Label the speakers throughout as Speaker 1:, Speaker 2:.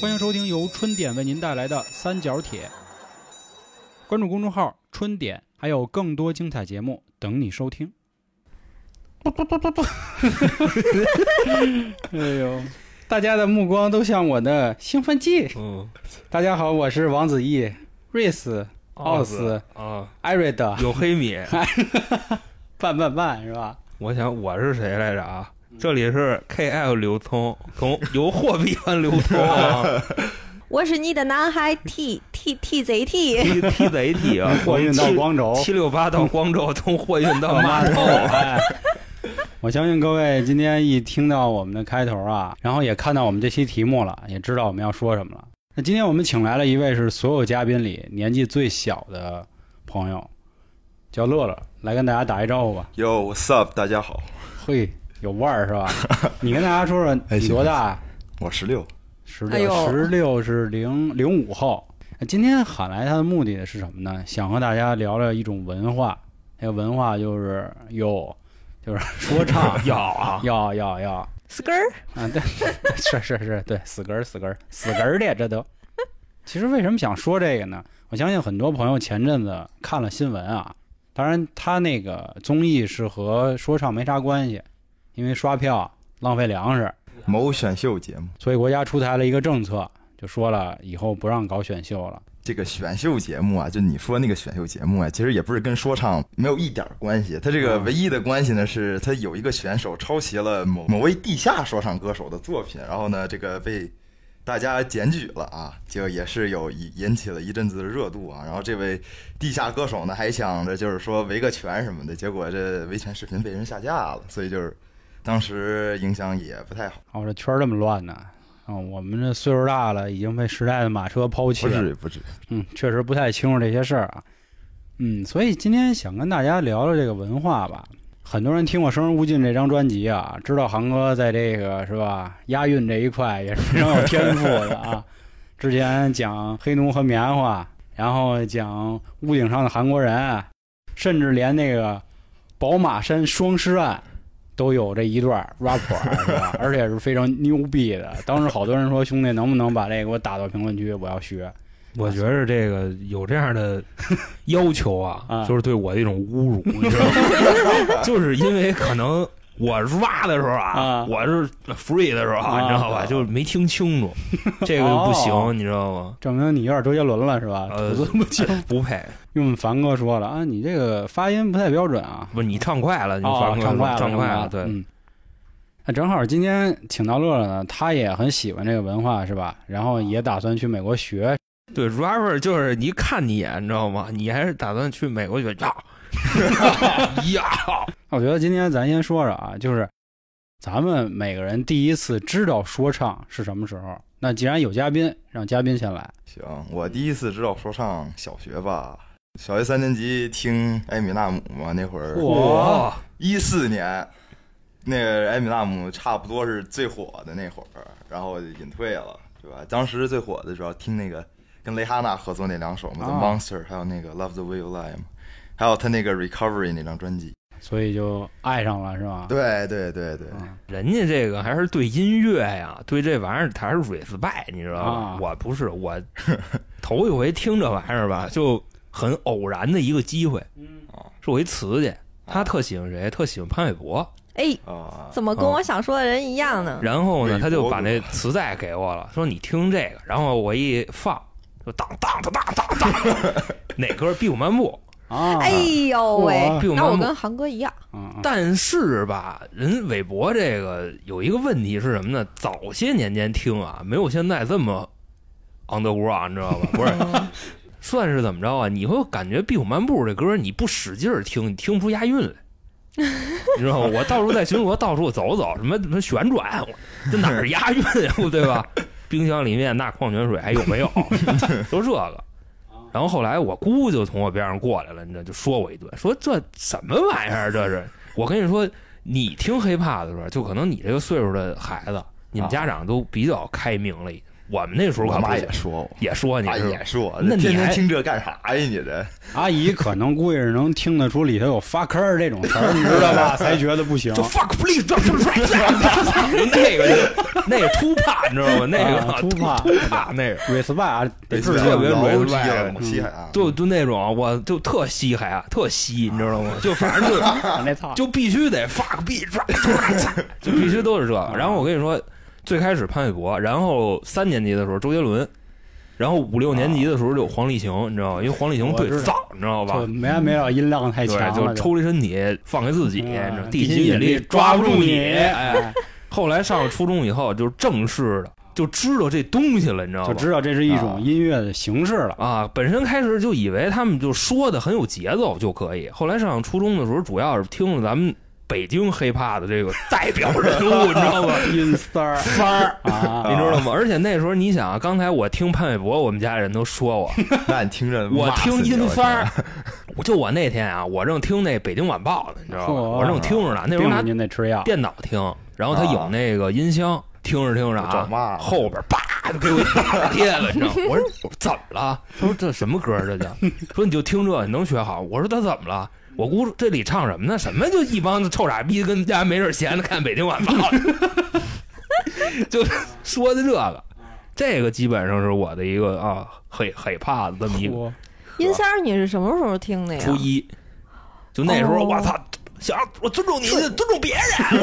Speaker 1: 欢迎收听由春点为您带来的《三角铁》，关注公众号“春点”，还有更多精彩节目等你收听。不不不 不不！哎呦，大家的目光都向我的兴奋剂。
Speaker 2: 嗯，
Speaker 1: 大家好，我是王子毅、瑞斯、奥斯、
Speaker 2: 啊，
Speaker 1: 艾瑞德，
Speaker 2: 有 黑米，
Speaker 1: 半半半是 吧？
Speaker 2: 我想我是谁来着啊？这里是 KL 流通，从由货币端流通
Speaker 1: 哦
Speaker 2: 啊
Speaker 3: 我是你的男 孩 T T T Z T，
Speaker 2: ，T T Z T 啊，
Speaker 1: 货运到光州，
Speaker 2: 七六八到光州，从货运到
Speaker 1: 码
Speaker 2: 码
Speaker 1: 头
Speaker 2: 头。
Speaker 1: 哎我相信各位今天一听到我们的开头啊，然后也看到我们这期题目了，也知道我们要说什么了。那今天我们请来了一位是所有嘉宾里年纪最小的朋友，叫乐乐，来跟大家打一招呼吧。
Speaker 4: Yo, what's up？大家好，
Speaker 1: 嘿，有腕儿是吧？你跟大家说说
Speaker 4: 哎
Speaker 1: 你
Speaker 4: 行
Speaker 1: 多大？
Speaker 4: 我十六，
Speaker 1: 十
Speaker 3: 哎
Speaker 1: 六，
Speaker 3: 呦
Speaker 1: 十六是零零五后。今天喊来他的目的是什么呢？想和大家聊聊一种文化，这个文化就是有，就是说 唱，
Speaker 2: 要啊，
Speaker 1: 要要要
Speaker 3: 斯根儿，
Speaker 1: 啊！对， 对是是是，对，死根儿死根儿死根儿的，这都。其实为什么想说这个呢？我相信很多朋友前阵子看了新闻啊，当然他那个综艺是和说唱没啥关系，因为刷票浪费粮食，
Speaker 4: 某选秀节目，
Speaker 1: 所以国家出台了一个政策，就说了以后不让搞选秀了。
Speaker 4: 这个选秀节目啊，就你说那个选秀节目啊，其实也不是跟说唱没有一点儿关系。它这个
Speaker 1: 嗯
Speaker 4: 唯一的关系呢，是它有一个选手抄袭了某某位地下说唱歌手的作品，然后呢，这个被大家检举了啊，就也是有一引起了一阵子的热度啊。然后这位地下歌手呢，还想着就是说维个权什么的，结果这维权视频被人下架了，所以就是当时影响也不太好。
Speaker 1: 啊，我这圈儿这么乱呢，啊，我们这岁数大了，已经被时代的马车抛弃
Speaker 4: 不
Speaker 1: 了。
Speaker 4: 至于，不至于。
Speaker 1: 嗯，确实不太清楚这些事儿啊。嗯，所以今天想跟大家聊聊这个文化吧。很多人听过《生人勿近》这张专辑啊，知道航哥在这个是吧押韵这一块也是非常有天赋的啊。之前讲黑奴和棉花，然后讲屋顶上的韩国人，啊甚至连那个宝马山双尸案都有这一段 rap 是吧？而且是非常牛逼的。当时好多人说：“兄弟，能不能把这个给我打到评论区？我要学。”
Speaker 2: 我觉着这个有这样的要 求
Speaker 1: 啊
Speaker 2: 啊，就是对我的一种侮辱， 你知道吗？就是因为可能我 rap 的时候
Speaker 1: 啊
Speaker 2: 啊，我是 free 的时候啊，
Speaker 1: 啊
Speaker 2: 你知道吧？就是没听清楚，这个就不
Speaker 1: 哦
Speaker 2: 行，你知道吗？
Speaker 1: 证明你有点周杰伦了是吧？
Speaker 2: 呃
Speaker 1: 吐字 不 清。
Speaker 2: 不配，
Speaker 1: 用我们凡哥说了啊，你这个发音不太标准啊。
Speaker 2: 不是你唱快了，你
Speaker 1: 哦
Speaker 2: 反，过来
Speaker 1: 唱快
Speaker 2: 了，
Speaker 1: 唱
Speaker 2: 唱
Speaker 1: 快
Speaker 2: 了，对，
Speaker 1: 嗯。那正好今天请到乐乐呢，他也很喜欢这个文化是吧？然后也打算去美国学。
Speaker 2: 对，rapper 就是你一看你一眼，你知道吗？你还是打算去美国学 呀呀？
Speaker 1: 我觉得今天咱先说说啊，就是咱们每个人第一次知道说唱是什么时候？那既然有嘉宾，让嘉宾先来。
Speaker 4: 行，我第一次知道说唱，小学吧，小学三年级听艾米纳姆嘛，那会儿
Speaker 1: 哇
Speaker 2: 哇！
Speaker 4: 一四年，那个艾米纳姆差不多是最火的那会儿，然后就隐退了，对吧？当时最火的主要听那个跟蕾哈娜合作那两首嘛，
Speaker 1: 啊
Speaker 4: The Monster》还有那个《Love the Way You Lie》嘛，还有他那个《Recovery》那张专辑。
Speaker 1: 所以就爱上了是吧？
Speaker 4: 对对对对，
Speaker 1: 嗯
Speaker 2: 人家这个还是对音乐呀，对这玩意儿他是 respect，你知道吗？
Speaker 1: 啊
Speaker 2: 我不是我 头一回听这玩意儿吧，就很偶然的一个机会，
Speaker 1: 嗯
Speaker 4: 哦
Speaker 2: 是我一词去，他特喜欢谁？特喜欢潘玮柏。
Speaker 3: 哎，
Speaker 4: 啊，
Speaker 3: 怎么跟我想说的人一样呢？
Speaker 2: 然后呢，
Speaker 4: 对
Speaker 2: 他就
Speaker 4: 我
Speaker 2: 把那磁带给我了，说你听这个。然后我一放，就当当当当当当，哪歌？毕武漫步。
Speaker 1: 啊，
Speaker 3: 哎呦喂
Speaker 1: 哇，
Speaker 2: 比我
Speaker 3: 那
Speaker 2: 妈
Speaker 3: 我
Speaker 2: 妈
Speaker 3: 跟韩哥一样，
Speaker 1: 嗯，嗯
Speaker 2: 但是吧，人韦伯这个有一个问题是什么呢？早些年间听啊，没有现在这么 underground，你知道吧？不是，算是怎么着啊？你会感觉《壁虎漫步》这歌，你不使劲儿听，你听不出押韵来。你知道吗？我到处在巡逻，到处走走，什么什么旋转，我这哪儿押韵啊？对吧？冰箱里面那矿泉水还有没有？ 都这个。然后后来我姑就从我边上过来了，你知道，就说我一顿，说这什么玩意儿？这是我跟你说，你听黑怕的时候，就可能你这个岁数的孩子，你们家长都比较开明了，已经。我们那时候
Speaker 4: 我
Speaker 2: 可不
Speaker 4: 妈
Speaker 2: 也
Speaker 4: 也哎说我，
Speaker 2: 也说你
Speaker 4: 妈
Speaker 2: 是吧
Speaker 4: 也说，
Speaker 2: 那你
Speaker 4: 天天
Speaker 2: 还
Speaker 4: 听这干啥呀？你这
Speaker 1: 阿姨可能估计是能听得出里头有发坑儿这种词儿，你知道 吧？才觉得不行。
Speaker 2: 就 fuck please drop drop drop，那 个就那个突帕，你知道吗？那
Speaker 1: 啊
Speaker 2: 个
Speaker 1: 突
Speaker 2: 帕
Speaker 1: 帕
Speaker 2: 突帕那个，
Speaker 1: respect 啊得致
Speaker 2: 特别
Speaker 1: 敬。
Speaker 4: 老
Speaker 2: 软
Speaker 4: 鸡
Speaker 2: 软
Speaker 4: 了，老稀罕啊！
Speaker 2: 就就那种我就特稀罕啊，特稀，你知道吗？就反正就
Speaker 1: 那操，
Speaker 2: 就必须得 fuck bitch，drop，就必须都是这
Speaker 1: 啊
Speaker 2: 个。然后我跟你说，最开始潘玮柏，然后三年级的时候周杰伦，然后五六年级的时候就有黄立行，你知道吗？因为黄立行
Speaker 1: 我
Speaker 2: 对
Speaker 1: 知道
Speaker 2: 早，你知道吧
Speaker 1: 就？没完没了，音量太强
Speaker 2: 对，
Speaker 1: 了，
Speaker 2: 就抽离身体放给自己，你知道
Speaker 1: 嗯
Speaker 2: 地
Speaker 1: 地心
Speaker 2: 引
Speaker 1: 引力抓
Speaker 2: 抓不
Speaker 1: 不
Speaker 2: 住
Speaker 1: 住
Speaker 2: 你。
Speaker 1: 你
Speaker 2: 哎，后来上了初中以后，就正式的就知道这东西了，你知道
Speaker 1: 就
Speaker 2: 吧？
Speaker 1: 知道这是一种音乐的形式 了。
Speaker 2: 啊，本身开始就以为他们就说的很有节奏就可以，后来上初中的时候，主要是听了咱们北京 hiphop 的 这个代表人物，你知
Speaker 1: 啊
Speaker 2: 道吗？
Speaker 1: 音三儿三儿
Speaker 2: 你
Speaker 1: 啊，
Speaker 2: 知道吗？而且那时候你想啊，刚才我听潘玮柏，我们家人都说我，
Speaker 4: 那你听着，
Speaker 2: 我
Speaker 4: 骂死
Speaker 2: 听
Speaker 4: 你
Speaker 2: 音
Speaker 4: 了
Speaker 2: 三儿，我就我那天啊，我正听那《北京晚报》呢，你知道吗？
Speaker 1: 嚯
Speaker 2: 我正听着呢，那时候
Speaker 1: 定
Speaker 2: 拿
Speaker 1: 了您得吃药。
Speaker 2: 电脑听，然后他有那个音箱，听着听着
Speaker 4: 我找骂
Speaker 2: 啊，
Speaker 4: 了
Speaker 2: 后边叭就给我一大贴了，你知道吗？我说我说怎么了？他说这什么歌儿这叫？说你就听这，你能学好？我说他怎么了？我估这里唱什么呢？什么就一帮臭傻逼跟家没事儿闲着看《北京晚报》，就说的这个，这个基本上是我的一个啊，黑黑怕的这么一个
Speaker 1: 嚯
Speaker 5: 音三儿你是什么时候听的呀？
Speaker 2: 初一，就那时候
Speaker 5: 哦
Speaker 2: 我操，想我尊重你，尊重别人，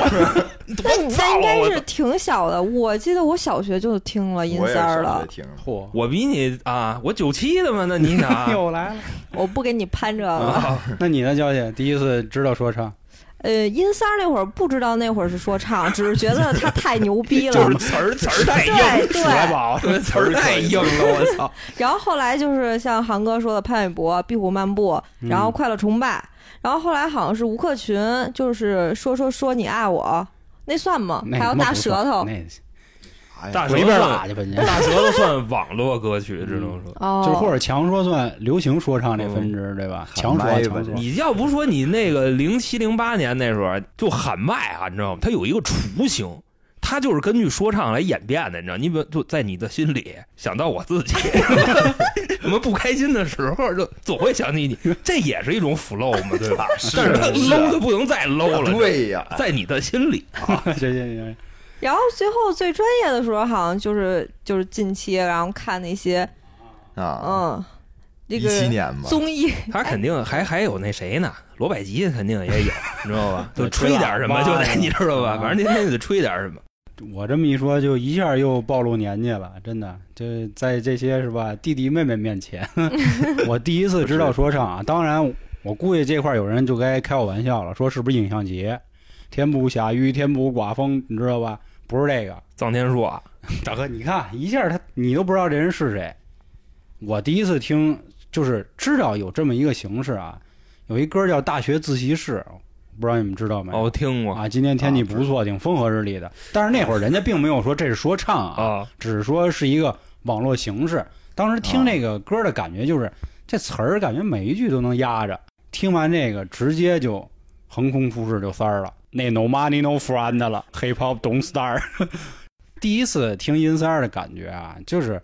Speaker 2: 我多
Speaker 5: 那你
Speaker 2: 燥
Speaker 5: 那
Speaker 2: 啊
Speaker 5: 应该
Speaker 2: 我
Speaker 5: 是挺小的，我记得我小学就听了音
Speaker 4: 我也
Speaker 5: 三儿
Speaker 4: 是
Speaker 5: 了
Speaker 4: 在。听。
Speaker 1: 嚯，
Speaker 2: 我比你啊，我九七的嘛，那 你想啊，
Speaker 1: 又来了。
Speaker 5: 我不给你攀这个了。
Speaker 1: 那你呢，娇姐？第一次知道说唱，
Speaker 5: 呃，音三儿那会儿不知道那会儿是说唱，只是觉得他太牛逼
Speaker 2: 就是
Speaker 5: 了。
Speaker 2: 词儿词儿太硬，
Speaker 5: 对
Speaker 1: 来
Speaker 5: 对。
Speaker 1: 宝
Speaker 2: 对词儿太硬了，我操！
Speaker 5: 然后后来就是像韩哥说的潘玮柏、壁虎漫步，
Speaker 1: 嗯
Speaker 5: 然后快乐崇拜，然后后来好像是吴克群，就是说说说你爱我，那算吗？
Speaker 1: 那
Speaker 5: 还有
Speaker 1: 那
Speaker 5: 大
Speaker 1: 不
Speaker 5: 舌
Speaker 1: 算
Speaker 5: 头。
Speaker 1: 那
Speaker 4: 哎呀
Speaker 2: 大舌
Speaker 1: 回
Speaker 2: 头
Speaker 1: 边儿
Speaker 2: 算
Speaker 1: 拉去吧你。
Speaker 2: 大舌头算网络歌曲，只能说。
Speaker 5: 哦，
Speaker 1: 就是或者强说算流行说唱这分
Speaker 2: 嗯
Speaker 1: 支，对吧？强说
Speaker 4: 麦吧
Speaker 1: 强说，
Speaker 2: 你要不说你那个零七零八年那时候就喊麦啊，你知道吗？它有一个雏形，它就是根据说唱来演变的，你知道？你比如就在你的心里想到我 自己，什么不开心的时候就总会想起你，这也是一种 flow 嘛，对吧？
Speaker 4: 是
Speaker 2: 但是啊它
Speaker 4: 是
Speaker 2: low 的不能再 low 了，
Speaker 4: 对呀，
Speaker 2: 在你的心里。
Speaker 1: 行 行行，
Speaker 5: 然后最后最专业的时候，好像就是就是近期，然后看那些
Speaker 4: 啊，
Speaker 5: 嗯，这
Speaker 4: 一七
Speaker 5: 个
Speaker 4: 年嘛，
Speaker 5: 综艺，
Speaker 2: 他肯
Speaker 1: 哎
Speaker 2: 定还还有那谁呢，罗百吉肯定也 有，你知道吧？就
Speaker 1: 对
Speaker 2: 吹点什么，
Speaker 1: 吹
Speaker 2: 就
Speaker 1: 喇叭
Speaker 2: 得你知道吧？
Speaker 1: 啊
Speaker 2: 反正那天就得吹点什么。
Speaker 1: 我这么一说，就一下又暴露年纪了，真的，就在这些是吧弟弟妹妹面前， 我第一次知道说唱啊。当然，我估计这块儿有人就该开我玩笑了，说是不是尹相杰？天不下雨，天不刮风，你知道吧？不是这个，
Speaker 2: 臧天朔啊，
Speaker 1: 大哥，你看一下他，你都不知道这人是谁。我第一次听，就是知道有这么一个形式啊，有一歌叫《大学自习室》，不知道你们知道没有？
Speaker 2: 哦，我听过
Speaker 1: 啊，今天天气不错，挺风和日丽的。但是那会儿人家并没有说这是说唱啊，
Speaker 2: 啊，
Speaker 1: 只是说是一个网络形式。当时听这个歌的感觉就是，这词儿感觉每一句都能压着。听完这个，直接就横空出世就三儿了，那 No Money No Friend 的了，Hip Hop Don't Star。第一次听音三儿的感觉啊，就是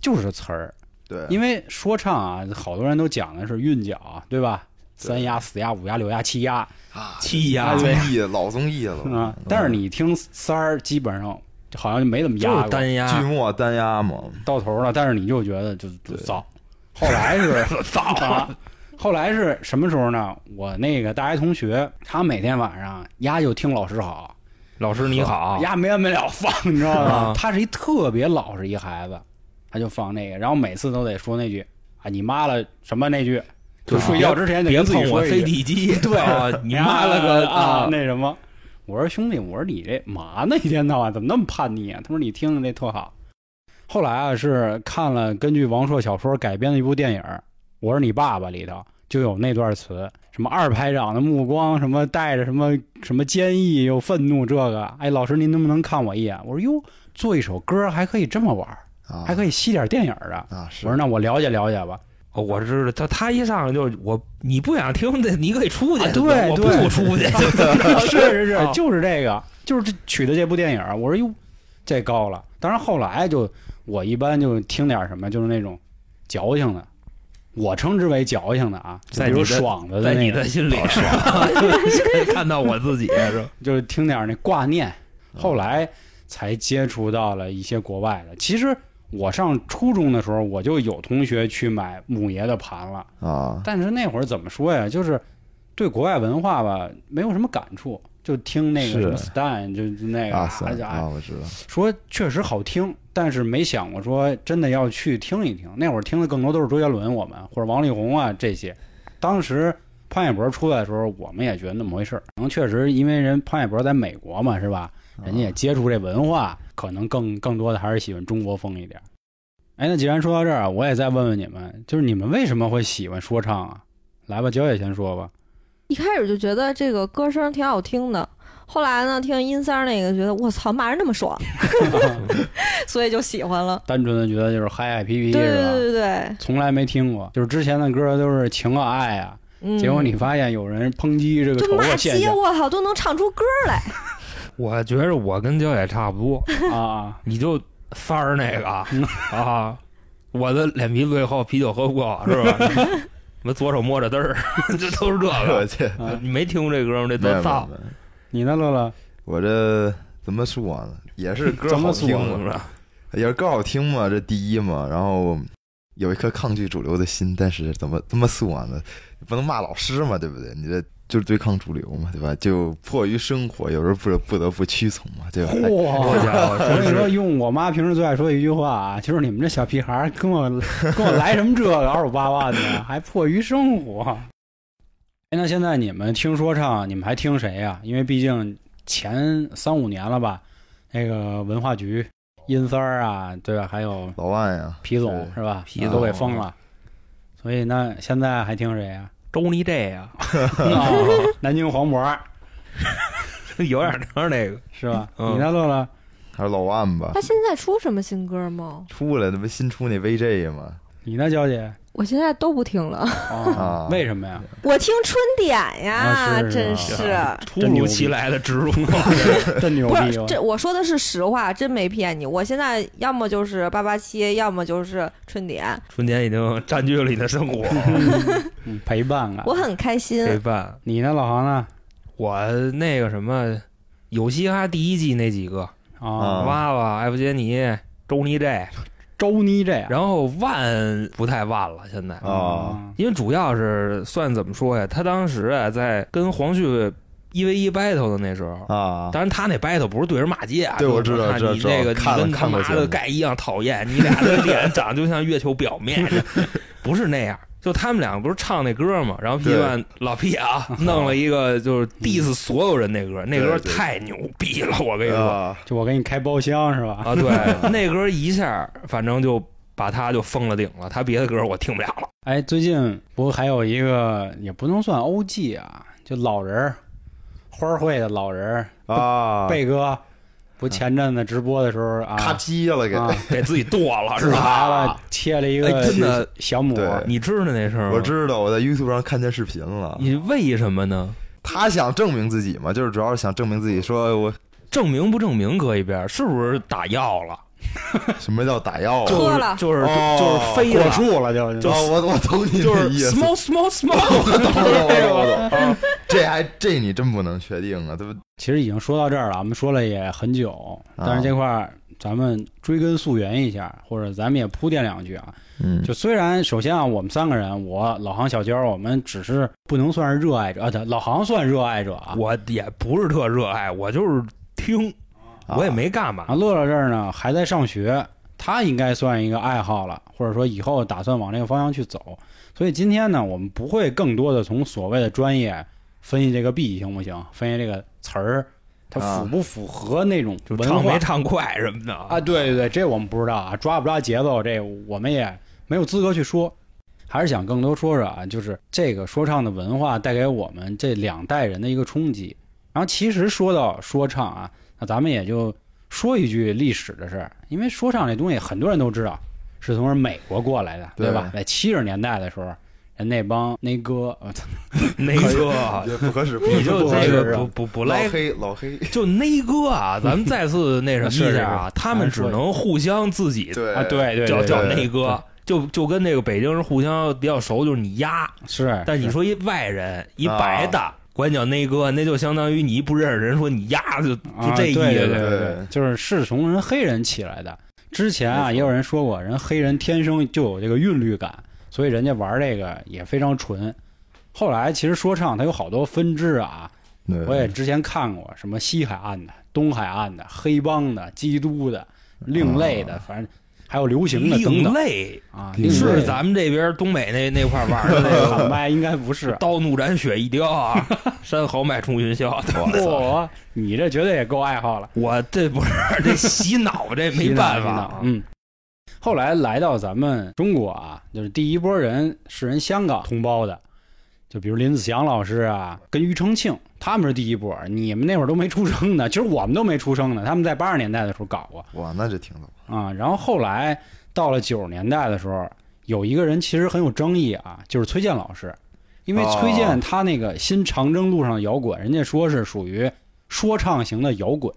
Speaker 1: 就是词儿，
Speaker 4: 对，
Speaker 1: 因为说唱啊，好多人都讲的是韵脚啊，对吧？三押、四押、五押、六押、七押，
Speaker 4: 啊，
Speaker 2: 七
Speaker 1: 呀
Speaker 2: 呀，
Speaker 4: 综艺老综艺了
Speaker 1: 啊
Speaker 4: 嗯，
Speaker 1: 但是你听三儿基本上好像就没怎么
Speaker 2: 就
Speaker 1: 压
Speaker 2: 是
Speaker 1: 过，
Speaker 2: 单
Speaker 4: 剧
Speaker 2: 压，
Speaker 4: 末嗯单压嘛，
Speaker 1: 到头了，但是你就觉得就就糟。后来 是糟啊，后来是什么时候呢？我那个大学同学，他每天晚上丫就听老师好，
Speaker 2: 老师
Speaker 1: 啊
Speaker 2: 你好，
Speaker 1: 丫没完没了放，你知道
Speaker 2: 啊
Speaker 1: 吗？他是一特别老实一孩子，他就放那个，然后每次都得说那句啊你妈了什么那句，就
Speaker 2: 啊
Speaker 1: 睡觉之前得
Speaker 2: 别
Speaker 1: 跟自己
Speaker 2: 碰我
Speaker 1: 说一句
Speaker 2: CD 机，
Speaker 1: 对
Speaker 2: 啊你妈了个
Speaker 1: 啊！那什么，我说兄弟，我说你这嘛呢？一天到晚怎么那么叛逆啊？他说你听着这特好。后来啊，是看了根据王朔小说改编的一部电影《我是你爸爸》里头就有那段词，什么二排长的目光，什么带着什么什么坚毅又愤怒，这个，哎，老师您能不能看我一眼？我说哟，做一首歌还可以这么玩儿，
Speaker 4: 啊，
Speaker 1: 还可以吸点电影儿的。
Speaker 4: 啊，
Speaker 1: 我
Speaker 4: 是
Speaker 1: 说那我了解了解吧。
Speaker 2: 哦我知道，他他一上来就我你不想听的，你可以出去
Speaker 1: 啊，对
Speaker 2: 我
Speaker 1: 对
Speaker 2: 不出去，
Speaker 1: 是是是
Speaker 2: 啊，
Speaker 1: 就是这个，就是这取的这部电影儿。我说哟，这高了。当然后来就我一般就听点什么，就是那种矫情的，我称之为矫情的啊，就
Speaker 2: 在
Speaker 1: 比
Speaker 2: 你
Speaker 1: 如
Speaker 2: 的
Speaker 1: 爽的
Speaker 2: 在
Speaker 1: 那
Speaker 2: 你
Speaker 1: 个
Speaker 2: 的，心里， 可以看到我自己是 吧？
Speaker 1: 就是听点那挂念。
Speaker 2: 嗯
Speaker 1: 后来才接触到了一些国外的。其实我上初中的时候，我就有同学去买母爷的盘了。
Speaker 4: 啊，
Speaker 1: 但是那会儿怎么说呀？就是对国外文化吧，没有什么感触，就听那个什么
Speaker 4: 是
Speaker 1: Stan，就就那个
Speaker 4: 啊塞
Speaker 1: 家
Speaker 4: 啊，我知道，
Speaker 1: 说确实好听，但是没想过说真的要去听一听。那会儿听的更多都是周杰伦，我们或者王力宏啊这些。当时潘玮柏出来的时候，我们也觉得那么回事儿。可能确实因为人潘玮柏在美国嘛，是吧？人家
Speaker 4: 啊
Speaker 1: 也接触这文化，可能更更多的还是喜欢中国风一点儿。哎，那既然说到这儿，我也再问问你们，就是你们为什么会喜欢说唱啊？来吧，焦姐先说吧。
Speaker 5: 一开始就觉得这个歌声挺好听的，后来呢，听音三儿那个，觉得我操，骂人那 么爽， 所以就喜欢了。
Speaker 1: 单纯的觉得就是嗨嗨皮皮
Speaker 5: 对
Speaker 1: 是
Speaker 5: 对
Speaker 1: 吧？
Speaker 5: 对对
Speaker 1: 从来没听过，就是之前的歌都是情啊爱啊，
Speaker 5: 对，
Speaker 1: 结果
Speaker 5: 嗯
Speaker 1: 你发现有人抨击这个
Speaker 5: 就
Speaker 1: 丑
Speaker 5: 骂
Speaker 1: 恶现
Speaker 5: 街，
Speaker 1: 象
Speaker 5: 我操，都能唱出歌来。
Speaker 2: 我觉着我跟焦姐差不多，
Speaker 1: 啊，
Speaker 2: 你就三儿那个啊啊，我的脸皮最厚，啤酒喝不够是吧？什么左手摸着嘚儿， 这都是这
Speaker 4: 我
Speaker 2: 个。
Speaker 4: 去，
Speaker 1: 啊
Speaker 2: 你没听过这歌吗？这
Speaker 4: 没有
Speaker 2: 多臊！
Speaker 4: 没有没有
Speaker 1: 你呢，乐乐？
Speaker 4: 我这怎么说呢？也是歌
Speaker 1: 怎么
Speaker 4: 好
Speaker 1: 说
Speaker 4: 听
Speaker 1: 呢
Speaker 4: 嘛，
Speaker 2: 是吧？
Speaker 4: 也是歌好听嘛，这第一嘛，然后有一颗抗拒主流的心，但是怎么这么说呢？不能骂老师嘛，对不对？你这就是对抗主流嘛，对吧？就迫于生活，有时候不不得不屈从嘛，对吧？哎
Speaker 2: 好
Speaker 1: 嚯！
Speaker 2: 家 伙，
Speaker 1: 我
Speaker 2: 真
Speaker 1: 跟你说，
Speaker 2: 是
Speaker 1: 用我妈平时最爱说一句话啊，就是你们这小屁孩儿跟我跟我来什么这个二五八万的，还迫于生活。哎，那现在你们听说唱，你们还听谁呀、啊因为毕竟前三五年了吧，那个文化局、音三儿啊，对吧？还有
Speaker 4: 老万呀，
Speaker 1: 皮总是吧？啊
Speaker 2: 皮
Speaker 1: 都给
Speaker 2: 总
Speaker 1: 封了。所以那现在还听谁 呀、
Speaker 2: 周尼这呀，
Speaker 1: 哦南京黄渤
Speaker 2: 有点儿那个。
Speaker 1: 是吧？
Speaker 2: 嗯
Speaker 1: 你呢，乐乐？
Speaker 4: 还是老万吧
Speaker 5: 他，现在出什么新歌吗？
Speaker 4: 出来那不新出那 VJ 嘛？
Speaker 1: 你呢，娇姐？
Speaker 5: 我现在都不听了，
Speaker 1: 啊
Speaker 4: 啊
Speaker 1: 为什么呀？
Speaker 5: 我听春点呀，
Speaker 1: 啊哦是是
Speaker 5: 真
Speaker 1: 是
Speaker 5: 是。
Speaker 2: 突
Speaker 1: 真牛
Speaker 2: 如
Speaker 1: 逼
Speaker 2: 其来的植入，
Speaker 1: 真牛
Speaker 5: 不
Speaker 1: 逼！
Speaker 5: 是
Speaker 1: 我
Speaker 5: 这，我说的是实话，真没骗你。我现在要么就是八八七，要么就是春点，
Speaker 1: 啊
Speaker 2: 春天已经占据了你的生活。
Speaker 1: 嗯陪伴啊
Speaker 5: 我！很开
Speaker 2: 陪
Speaker 5: 心。
Speaker 2: 伴
Speaker 1: 你呢，老航呢？
Speaker 2: 我那个什么，有嘻哈第一季那几个，
Speaker 1: 啊，
Speaker 4: 啊
Speaker 2: 娃娃、艾弗杰尼、周尼这，
Speaker 1: 周妮这样哦
Speaker 2: 然后万不太万了，现在，
Speaker 4: 啊，
Speaker 2: 因为主要是算怎么说呀？他当时啊，在跟黄旭一 v 一 battle 的那时候。
Speaker 4: 啊，
Speaker 2: 当然，他那 battle 不是对人骂街啊，
Speaker 4: 对
Speaker 2: 就是
Speaker 4: 我知道
Speaker 2: 啊
Speaker 4: 知道
Speaker 2: 你
Speaker 4: 知道
Speaker 2: 这个
Speaker 4: 看了
Speaker 2: 你跟他
Speaker 4: 看过
Speaker 2: 妈
Speaker 4: 节
Speaker 2: 的
Speaker 4: 目
Speaker 2: 盖一样讨厌，你俩的脸长就像月球表面，不是那样。就他们俩不是唱那歌嘛，然后 B
Speaker 4: 对
Speaker 2: 万老 P 啊，弄了一个就是 diss 所有人那歌，那歌
Speaker 4: 对对
Speaker 2: 太牛逼了，我跟你说，
Speaker 4: 啊
Speaker 1: 就我给你开包厢是吧？
Speaker 2: 啊，对，那歌一下，反正就把他就封了顶了，他别的歌我听不了了。
Speaker 1: 哎，最近不还有一个也不能算欧 G 啊，就老人儿，花儿会的老人儿
Speaker 4: 啊，
Speaker 1: 贝哥，不前阵子直播的时候啊，
Speaker 4: 咔叽了给，
Speaker 1: 啊
Speaker 2: 给自己剁了是
Speaker 1: 自
Speaker 2: 吧？
Speaker 1: 罚了，切了一
Speaker 2: 哎，真
Speaker 1: 个
Speaker 2: 的，
Speaker 1: 小母，啊
Speaker 4: 对
Speaker 2: 你知道那事儿吗？
Speaker 4: 我知道，我在 YouTube 上看见视频了。
Speaker 2: 你为什么呢？
Speaker 4: 他想证明自己嘛，就是主要是想证明自己，说我
Speaker 2: 证明不证明搁一边儿，是不是打药了？
Speaker 4: 什么叫打药啊？
Speaker 5: 就
Speaker 2: 就是
Speaker 5: 脱了
Speaker 2: 就是
Speaker 4: 哦
Speaker 2: 就是飞
Speaker 1: 过
Speaker 2: 了，
Speaker 1: 树了就
Speaker 4: 啊，我我懂你
Speaker 2: 就
Speaker 4: 的
Speaker 2: 是
Speaker 4: 意思。
Speaker 2: small small small。
Speaker 4: 我懂了，我懂了，我懂了。这还这你真不能确定啊，对不对？
Speaker 1: 其实已经说到这儿了，我们说了也很久，
Speaker 4: 啊
Speaker 1: 但是这块儿咱们追根溯源一下，或者咱们也铺垫两句啊。
Speaker 4: 嗯
Speaker 1: 就虽然首先啊，我们三个人，我老航、小娇，我们只是不能算是热爱者啊，对老航算热爱者啊。
Speaker 2: 我也不是特热爱，我就是听，我也没干嘛
Speaker 1: 啊，。乐乐这儿呢还在上学，他应该算一个爱好了，或者说以后打算往这个方向去走。所以今天呢，我们不会更多的从所谓的专业分析这个 B 行不行，分析这个词儿它
Speaker 4: 啊
Speaker 1: 符不符合那种
Speaker 2: 就
Speaker 1: 文
Speaker 2: 唱
Speaker 1: 化
Speaker 2: 没唱快什么的啊
Speaker 1: 啊，对对对，这我们不知道啊，抓不抓节奏，这我们也没有资格去说。还是想更多说说啊，就是这个说唱的文化带给我们这两代人的一个冲击。然后其实说到说唱啊，那咱们也就说一句历史的事儿，因为说唱这东西很多人都知道，是从美国过来的，对吧？在七十年代的时候，人人那帮那哥，啊我操，
Speaker 2: 那个，
Speaker 4: 啊 也不合适，
Speaker 2: 你就
Speaker 4: 不合
Speaker 2: 这
Speaker 4: 适
Speaker 2: 个
Speaker 4: 啊
Speaker 2: 不不不
Speaker 4: 老
Speaker 2: 赖
Speaker 4: 黑老黑，
Speaker 2: 就那哥啊，咱们再次那 什么一下
Speaker 1: 是是
Speaker 2: 啊，他们只能互相自己
Speaker 4: 哎对
Speaker 1: 啊，对对，
Speaker 2: 叫
Speaker 1: 对
Speaker 2: 叫
Speaker 1: 对
Speaker 2: 那哥，就就跟那个北京人互相比较熟，就是你丫。
Speaker 1: 是，
Speaker 2: 但你
Speaker 1: 是
Speaker 2: 说一外人一
Speaker 1: 啊
Speaker 2: 白的，管叫那哥，那就相当于你一不认识人说你丫就就
Speaker 1: 啊
Speaker 2: 这意
Speaker 1: 对对对
Speaker 2: 思。
Speaker 1: 对
Speaker 4: 对
Speaker 1: 对，就是是从人黑人起来的。之前
Speaker 4: 没
Speaker 1: 啊，
Speaker 4: 错
Speaker 1: 也有人说过，人黑人天生就有这个韵律感，所以人家玩这个也非常纯。后来其实说唱它有好多分支啊，我也之前看过什么西海岸的、东海岸的、黑帮的、基督的、另类的，反正还有流行的等
Speaker 2: 啊另
Speaker 1: 等
Speaker 2: 类
Speaker 1: 啊。
Speaker 4: 另类
Speaker 1: 另类
Speaker 2: 是
Speaker 1: 的
Speaker 2: 咱们这边东北那那块玩的那 个
Speaker 1: 喊麦应该不 是。
Speaker 2: 刀怒斩雪一雕啊，山豪迈冲云霄。
Speaker 1: 嚯，你这绝对也够爱好了，
Speaker 2: 我这不是这洗脑，这没
Speaker 1: 洗
Speaker 2: 办
Speaker 1: 脑
Speaker 2: 法
Speaker 1: 洗脑。嗯。后来来到咱们中国啊，就是第一波人是人香港同胞的，就比如林子祥老师啊，跟庾澄庆，他们是第一波。你们那会儿都没出生呢，其实我们都没出生呢。他们在八十年代的时候搞啊过，
Speaker 4: 哇，那这挺早，
Speaker 1: 啊，然后后来到了九十年代的时候，有一个人其实很有争议啊，就是崔健老师，因为崔健
Speaker 4: 哦
Speaker 1: 他那个新长征路上的摇滚，人家说是属于说唱型的摇滚，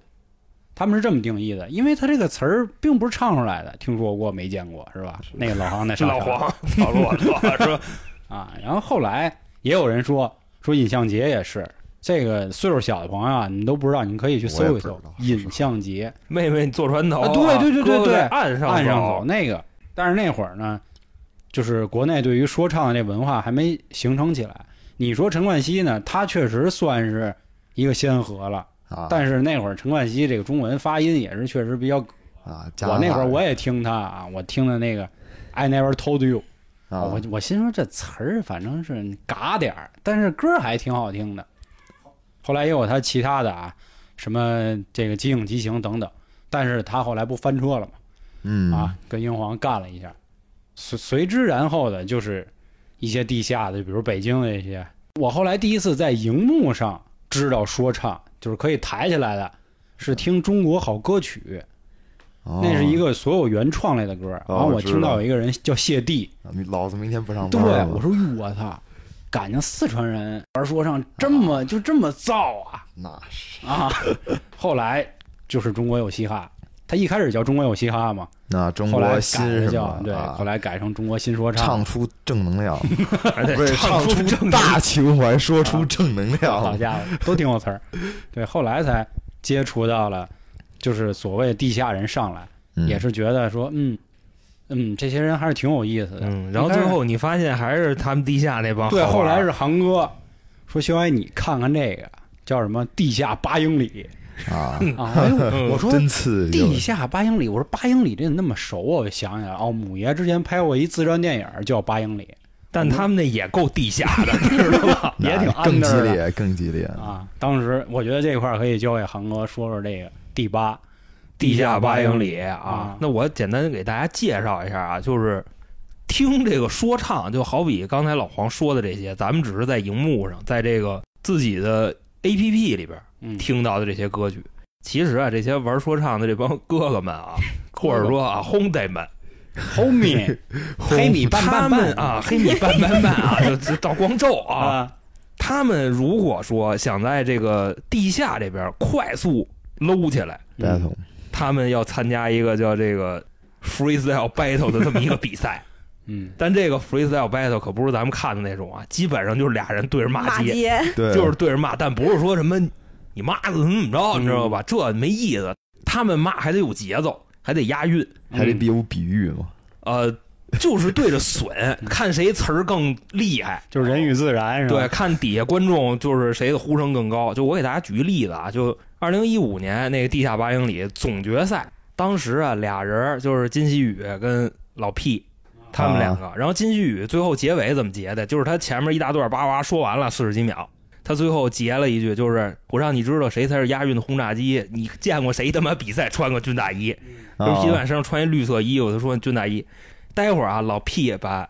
Speaker 1: 他们是这么定义的，因为他这个词儿并不是唱出来的，听说过没见过是吧？那个老黄那上
Speaker 2: 老
Speaker 1: 学
Speaker 2: 黄，老罗，老说
Speaker 1: 啊，然后后来也有人说说尹相杰也是。这个岁数小的朋友啊，你都不知道，你可以去
Speaker 4: 我也
Speaker 1: 搜一
Speaker 4: 不知
Speaker 1: 搜
Speaker 4: 道
Speaker 1: 尹相杰。
Speaker 2: 妹妹你坐船头啊，
Speaker 1: 啊对对对对
Speaker 2: 胳膊
Speaker 1: 对
Speaker 2: 在岸上
Speaker 1: 岸上
Speaker 2: 走
Speaker 1: 走那个。但是那会儿呢，就是国内对于说唱的这文化还没形成起来。你说陈冠希呢，他确实算是一个先河了，
Speaker 4: 啊，
Speaker 1: 但是那会儿陈冠希这个中文发音也是确实比较。
Speaker 4: 啊，加
Speaker 1: 我
Speaker 4: 拿大
Speaker 1: 那会儿我也听他啊，我听的那个 I never told you，、
Speaker 4: 啊，
Speaker 1: 我我心说这词儿反正是嘎点儿，但是歌儿还挺好听的。后来也有他其他的啊，什么这个《机影激情》等等，但是他后来不翻车了吗？
Speaker 4: 嗯
Speaker 1: 啊，，跟英皇干了一下。随随之然后的就是一些地下的，比如北京的一些。我后来第一次在荧幕上知道说唱，就是可以抬起来的，是听《中国好歌曲》，
Speaker 4: 哦
Speaker 1: 那是一个所有原创类的歌。然后
Speaker 4: 我
Speaker 1: 我
Speaker 4: 知
Speaker 1: 听到
Speaker 4: 道
Speaker 1: 有一个人叫谢帝，
Speaker 4: 哦老子明天不上班，
Speaker 1: 对我，说：“哟，我操！”感情四川人玩说唱这
Speaker 4: 啊
Speaker 1: 么就这么燥啊
Speaker 4: 那是
Speaker 1: 啊！后来就是中国有嘻哈，他一开始叫中国有嘻哈嘛，
Speaker 4: 那中
Speaker 1: 后来
Speaker 4: 国
Speaker 1: 改
Speaker 4: 新
Speaker 1: 了
Speaker 4: 什
Speaker 1: 叫
Speaker 4: 么？
Speaker 1: 对，
Speaker 4: 啊
Speaker 1: 后来改成中国新说
Speaker 4: 唱出正 能量，不是
Speaker 2: 唱
Speaker 4: 唱
Speaker 2: 出
Speaker 4: 出
Speaker 2: 正
Speaker 4: 大情怀，说出正能
Speaker 1: 啊好
Speaker 4: 量。
Speaker 1: 家伙，都挺有词儿。对，后来才接触到了，就是所谓地下人上来，
Speaker 4: 嗯
Speaker 1: 也是觉得说，嗯嗯，这些人还是挺有意思的。
Speaker 2: 嗯，然后最后你发现还是他们地下那
Speaker 4: 嗯
Speaker 2: 帮
Speaker 1: 对，
Speaker 2: 好玩
Speaker 1: 后来是航哥说：“肖哎，你看看这个叫什么？地下八英 里
Speaker 4: 啊，
Speaker 1: 啊！”哎 呦，
Speaker 2: 嗯
Speaker 1: 我说
Speaker 4: 真刺激
Speaker 1: 地
Speaker 4: 了
Speaker 1: 下八英里，我说八英里这那么熟啊，我就想起来哦，母爷之前拍过一自传电影叫《八英里
Speaker 2: 但他们那也够地下的，知道吧？
Speaker 1: 也挺
Speaker 4: 那更激
Speaker 1: under 的
Speaker 4: 烈，啊更激烈》
Speaker 1: 啊。当时我觉得这块儿可以交给航哥说说这个第八
Speaker 2: 地下八英
Speaker 1: 里。
Speaker 2: 里啊
Speaker 1: 啊。
Speaker 2: 那我简单给大家介绍一下啊，就是听这个说唱，就好比刚才老黄说的这些，咱们只是在荧幕上，在这个自己的 APP 里边
Speaker 1: 嗯，
Speaker 2: 听到的这些歌曲。其实啊，这些玩说唱的这帮哥哥们 啊，或者说啊，轰呆们，
Speaker 1: homie，黑米拌
Speaker 2: 他
Speaker 1: 拌拌
Speaker 2: 们 啊，黑米拌拌拌 啊，就就到光州啊，
Speaker 1: 啊，
Speaker 2: 他们如果说想在这个地下这边快速搂起来，
Speaker 4: battle
Speaker 2: 他们要参加一个叫这个 freestyle battle 的这么一个比 赛。
Speaker 1: 嗯，
Speaker 2: 但这个 freestyle battle 可不是咱们看的那种啊，基本上就是俩人对着骂
Speaker 3: 骂
Speaker 2: 街，
Speaker 3: 街，
Speaker 4: 对，
Speaker 2: 就是对着骂，但不是说什么你妈的怎么怎么着，你知道吧？这没意思。他们骂还得有节奏，还得押韵，
Speaker 1: 嗯
Speaker 4: 还得比武比喻嘛。
Speaker 2: 呃，就是对着损，看谁词儿更厉害。
Speaker 1: 就是人与自然是吧？
Speaker 2: 对，，看底下观众就是谁的呼声更高。就我给大家举个例子啊，就二零一五年那个地下八英里总决赛，当时啊俩人儿就是金希宇跟老 P。他们两个，然后金希宇最后结尾怎么结的？就是他前面一大段叭叭说完了四十几秒，他最后结了一句，就是我让你知道谁才是押韵的轰炸机。你见过谁他妈比赛穿过军大衣？
Speaker 4: 啊
Speaker 2: 就是皮晚身上穿一绿色衣服，他说军大衣。待会儿啊，老 P 把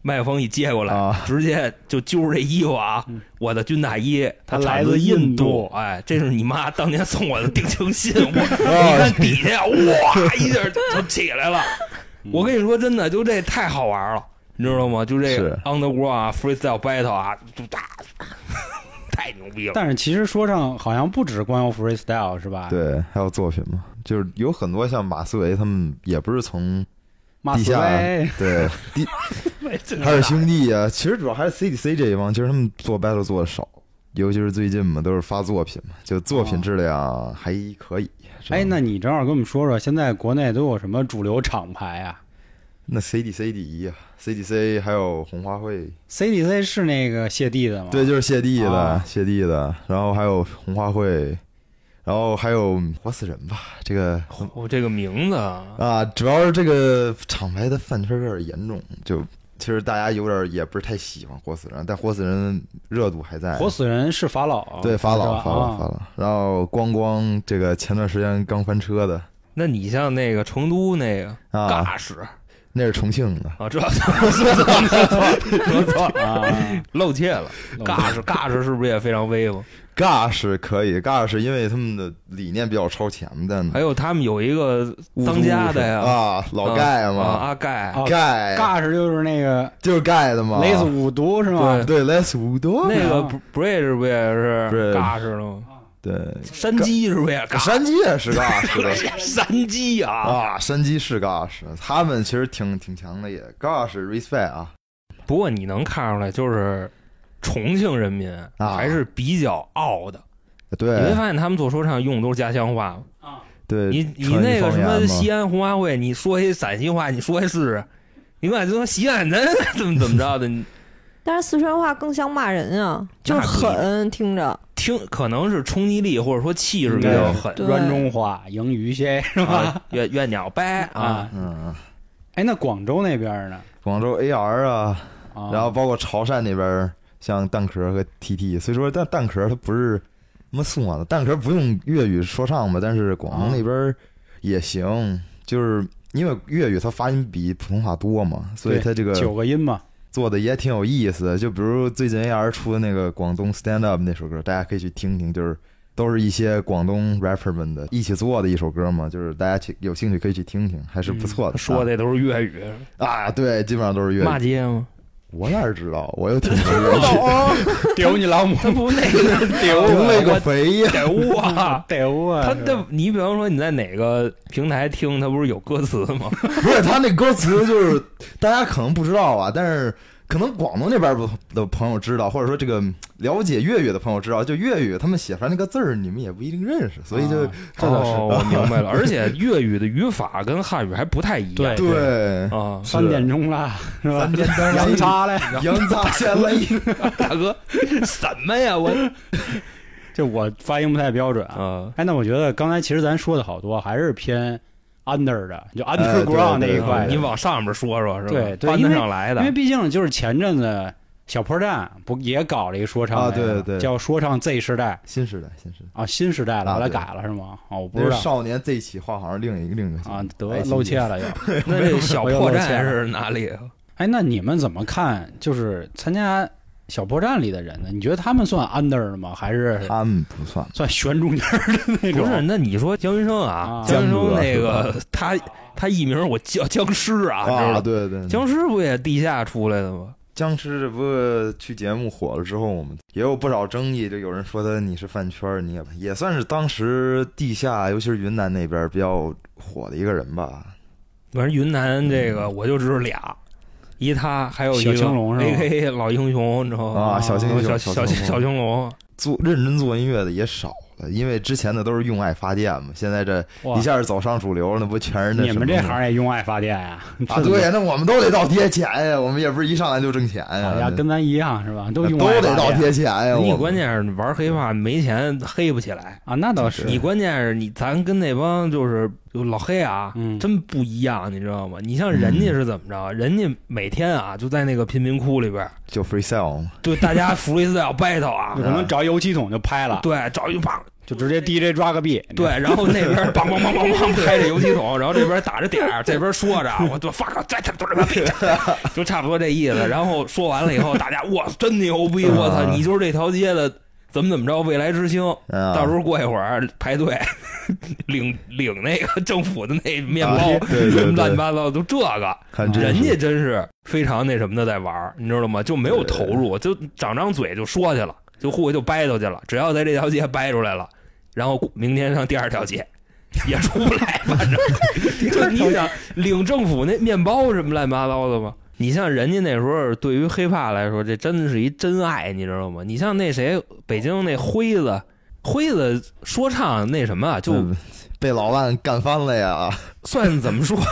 Speaker 2: 麦克风一接过来，
Speaker 4: 啊
Speaker 2: 直接就揪着这衣服啊，
Speaker 1: 嗯
Speaker 2: 我的军大衣，它
Speaker 1: 它来
Speaker 2: 产自
Speaker 1: 自印
Speaker 2: 度
Speaker 1: 度，
Speaker 2: 哎，这是你妈当年送我的定情信，我
Speaker 4: 啊
Speaker 2: 你看底
Speaker 1: 嗯
Speaker 2: 下哇一下就起来了，我跟你说真的，就这太好玩了。你知道吗？就这个
Speaker 4: 是
Speaker 2: on the wall 啊，freestyle battle 啊，就哒，太牛逼了。
Speaker 1: 但是其实说唱好像不只光有 freestyle 是吧？，
Speaker 4: 对，还有作品嘛，就是有很多像马思唯他们也不是从
Speaker 1: 马
Speaker 4: 地
Speaker 1: 思
Speaker 4: 下
Speaker 1: 唯，
Speaker 4: 对地海尔兄弟啊，其实主要还是 CDC 这一帮，其实他们做 battle 做的少，尤其是最近嘛，都是发作品嘛，就作
Speaker 2: 哦
Speaker 4: 品质量还可以。是吧
Speaker 1: 哎，那你正好跟我们说说，现在国内都有什么主流厂牌啊
Speaker 4: 那 CDC 第一啊，CDC 还有红花会，
Speaker 2: 哦
Speaker 1: ？CDC 是那个谢帝的吗？
Speaker 4: 对，，就是谢帝的
Speaker 1: 啊，
Speaker 4: 谢帝的，然后还有红花会，然后还有活死人吧，这个
Speaker 2: 我、这个名字啊，
Speaker 4: 啊，主要是这个厂牌的饭圈有点严重，就其实大家有点也不是太喜欢活死人，但活死人热度还在。
Speaker 1: 活死人是法老，
Speaker 4: 对法
Speaker 1: 是
Speaker 4: 老
Speaker 1: 吧
Speaker 4: 法老
Speaker 1: 啊
Speaker 4: 法老，然后光光这个前段时间刚翻车的
Speaker 2: 那你像那个成都那个
Speaker 4: 啊，
Speaker 2: 尬屎
Speaker 4: 那是重庆的，
Speaker 2: 啊，这说错了说 错 了，
Speaker 1: 啊，
Speaker 2: 露怯了。尬屎尬屎是不是也非常威风？
Speaker 4: 尬是可以，尬是因为他们的理念比较超前，但
Speaker 2: 还有他们有一个
Speaker 4: 乌
Speaker 2: 当
Speaker 4: 珠
Speaker 2: 家
Speaker 4: 是
Speaker 2: 的呀，
Speaker 4: 啊，老盖
Speaker 2: 啊
Speaker 4: 嘛，
Speaker 2: 阿盖
Speaker 1: 哎啊
Speaker 4: 盖
Speaker 1: 尬是就是那个
Speaker 4: 就是盖的嘛，
Speaker 1: 雷死五毒是吗？
Speaker 4: 对雷死五多
Speaker 2: 那个 bridge 不也是
Speaker 4: Bridge
Speaker 2: 尬式的吗？
Speaker 4: 对，
Speaker 2: 山鸡是不是也尬？
Speaker 4: 山鸡 也是尬是的。
Speaker 2: 山鸡啊！
Speaker 4: 啊，山鸡是 Gosh，他们其实挺挺强的也，Gosh respect 啊，
Speaker 2: 不过你能看出来，就是重庆人民
Speaker 4: 啊
Speaker 2: 还是比较傲的。你会
Speaker 4: 对
Speaker 2: 发现他们做说唱用的都是家乡话。
Speaker 4: 对，
Speaker 2: 你你那个什么西
Speaker 4: 安
Speaker 2: 安红花会，你说一陕西话，你说一试试。你管说西安人 怎么怎么着的，你
Speaker 5: 但是四川话更像骂人啊，就是狠，听
Speaker 1: 啊
Speaker 5: 着
Speaker 2: 听可能是冲击力或者说气势比
Speaker 1: 对
Speaker 2: 较狠
Speaker 5: 对
Speaker 1: 软中华赢鱼些是吧？
Speaker 2: 啊，怨怨鸟掰啊
Speaker 1: 啊，
Speaker 4: 嗯，
Speaker 1: 哎，那广州那边呢？
Speaker 4: 广州 AR 啊，
Speaker 1: 啊
Speaker 4: 然后包括潮汕那边儿，像蛋壳和 TT，所以说但蛋壳它不是什么送的，蛋壳不用粤语说唱吧，但是广东那边儿也行，就是因为粤语它发音比普通话多嘛，所以
Speaker 1: 对
Speaker 4: 它这个
Speaker 1: 九个音嘛，
Speaker 4: 做的也挺有意思的。就比如最近 AR 出的那个广东 Stand Up 那首歌，大家可以去听听，就是都是一些广东 rapper 们的一起做的一首歌嘛，就是大家去有兴趣可以去听听，还是不嗯错的。
Speaker 2: 说的都是粤语，
Speaker 4: 啊啊，对，基本上都是粤
Speaker 2: 骂
Speaker 4: 语。
Speaker 2: 街吗？
Speaker 4: 我哪知道？我又听不懂 粤 语，
Speaker 1: 丢你老母，
Speaker 2: 他不那 个
Speaker 1: 丢
Speaker 4: 顶
Speaker 1: 我
Speaker 4: 了个肥呀！
Speaker 2: 得物啊！
Speaker 1: 丢啊！
Speaker 2: 他
Speaker 1: 是吧
Speaker 2: 这你比方说你在哪个平台听，他不是有歌词吗？
Speaker 4: 不是他那歌词，就是大家可能不知道啊，但是。可能广东那边不的朋友知道，或者说这个了解粤语的朋友知道，就粤语他们写出来那个字儿，你们也不一定认识，所以就、
Speaker 1: 啊
Speaker 4: 这倒是、
Speaker 2: 哦，我明白了。而且粤语的语法跟汉语还不太一样。
Speaker 1: 对
Speaker 4: 对，
Speaker 2: 啊，
Speaker 1: 三点钟了是吧
Speaker 4: 三？点钟了
Speaker 1: 羊叉嘞，
Speaker 4: 羊杂先来一
Speaker 2: 大哥，什么呀？我
Speaker 1: 就我发音不太标准啊。
Speaker 2: 啊，
Speaker 1: 哎，那我觉得刚才其实咱说的好多还是偏 under 的，就
Speaker 4: 对
Speaker 1: underground 那一
Speaker 4: 哎对
Speaker 1: 块的，
Speaker 4: 对
Speaker 2: 你往上面说说是吧？
Speaker 1: 对对
Speaker 2: 搬
Speaker 1: 因
Speaker 2: 得
Speaker 1: 为
Speaker 2: 上来的
Speaker 1: 因为毕竟就是前阵子小破站不也搞了一说唱
Speaker 4: 啊
Speaker 1: 来着
Speaker 4: 对对
Speaker 1: 叫说唱 Z 时代
Speaker 4: 新时代，新时代，
Speaker 1: 啊，新时代了，
Speaker 4: 啊
Speaker 1: 后来
Speaker 4: 对
Speaker 1: 改了是吗？啊，我不
Speaker 4: 那
Speaker 1: 知
Speaker 4: 是
Speaker 1: 道
Speaker 4: 少年 Z 企划，好像另一个另一个
Speaker 1: 啊，得
Speaker 4: 哎
Speaker 1: 露怯 了又。
Speaker 2: 那这小
Speaker 1: 没有
Speaker 2: 破
Speaker 1: 露怯了
Speaker 2: 绽是哪里啊？
Speaker 1: 哎，那你们怎么看？就是参加小破站里的人呢？你觉得他们算 under 的吗？还是
Speaker 4: 他们不算，
Speaker 1: 算悬中间儿的那
Speaker 2: 不
Speaker 1: 种？
Speaker 2: 是，那你说江云生啊
Speaker 1: 啊，
Speaker 2: 江云生
Speaker 4: 江哥
Speaker 2: 那
Speaker 4: 是吧
Speaker 2: 个他他艺名我叫僵尸啊，你知
Speaker 4: 啊，
Speaker 2: 道吧？
Speaker 4: 对对，对
Speaker 2: 僵尸不也地下出来的吗？
Speaker 4: 僵尸这不去节目火了之后，我们也有不少争议，就有人说他你是饭圈儿，你也也算是当时地下，尤其是云南那边儿比较火的一个人吧。
Speaker 2: 反正云南这个我就知道俩，一他还有一
Speaker 1: 小
Speaker 2: 个
Speaker 1: 青龙是吧
Speaker 2: A K 老英雄，你知道吗？
Speaker 4: 啊，小清
Speaker 1: 英
Speaker 4: 新，
Speaker 2: 哦小
Speaker 4: 小
Speaker 2: 小
Speaker 4: 清新
Speaker 2: 小青龙，
Speaker 4: 做认真做音乐的也少了，因为之前的都是用爱发电嘛，现在这
Speaker 1: 哇
Speaker 4: 一下儿走上主流了，那不全是那
Speaker 1: 你
Speaker 4: 什么
Speaker 1: 们这
Speaker 4: 吗
Speaker 1: 行也用爱发电呀？
Speaker 4: 啊，对呀，那我们都得倒贴钱呀，我们也不是一上来就挣钱呀，
Speaker 1: 好家伙，跟咱一样是吧？都用爱
Speaker 4: 都
Speaker 1: 发
Speaker 4: 得倒
Speaker 1: 电
Speaker 4: 贴钱呀。
Speaker 2: 你
Speaker 4: 哎我
Speaker 2: 关键是玩黑怕没钱黑不起来。
Speaker 1: 啊，那倒是
Speaker 2: 你关键是你，咱跟那帮就是就老黑啊，
Speaker 1: 嗯
Speaker 2: 真不一样，你知道吗？你像人家是怎么着？人家每天啊就在那个贫民窟里边，
Speaker 4: 就 freestyle 嘛，
Speaker 2: 就大家 freestyle battle 啊
Speaker 1: 有，可能找油漆桶就拍了，
Speaker 2: 对，找一帮
Speaker 1: 就直接 DJ 抓个币。
Speaker 2: 对，然后那边儿梆梆梆梆梆开着油漆桶，然后这边打着点儿，这边说 着，我就 fuck，这这这
Speaker 4: 啊
Speaker 2: 就差不多这意思。然后说完了以后，大家哇，真牛逼！我操，你就是这条街的怎么怎么着未来之星，到
Speaker 4: 到
Speaker 2: 时候过一会儿排队 领领那个政府的那面
Speaker 4: 啊
Speaker 2: 包，
Speaker 4: 对对
Speaker 2: 什么
Speaker 4: 对
Speaker 2: 乱七八糟都这个，
Speaker 4: 看真
Speaker 2: 人
Speaker 4: 是
Speaker 2: 家真是非常那什么的在玩儿，你知道吗？就没有投入，就长张嘴就说去了，就互就掰头去了。只要在这条街掰出来了，然后明天上第二条街。也出不来，反 正就你想领政府那面包什么乱七八糟的吗？你像人家那时候对于黑怕来说，这真的是一真爱，你知道吗？你像那谁，北京那辉子，辉子说唱那什么啊，就
Speaker 4: 嗯被老万干翻了呀！
Speaker 2: 算怎么说 呀？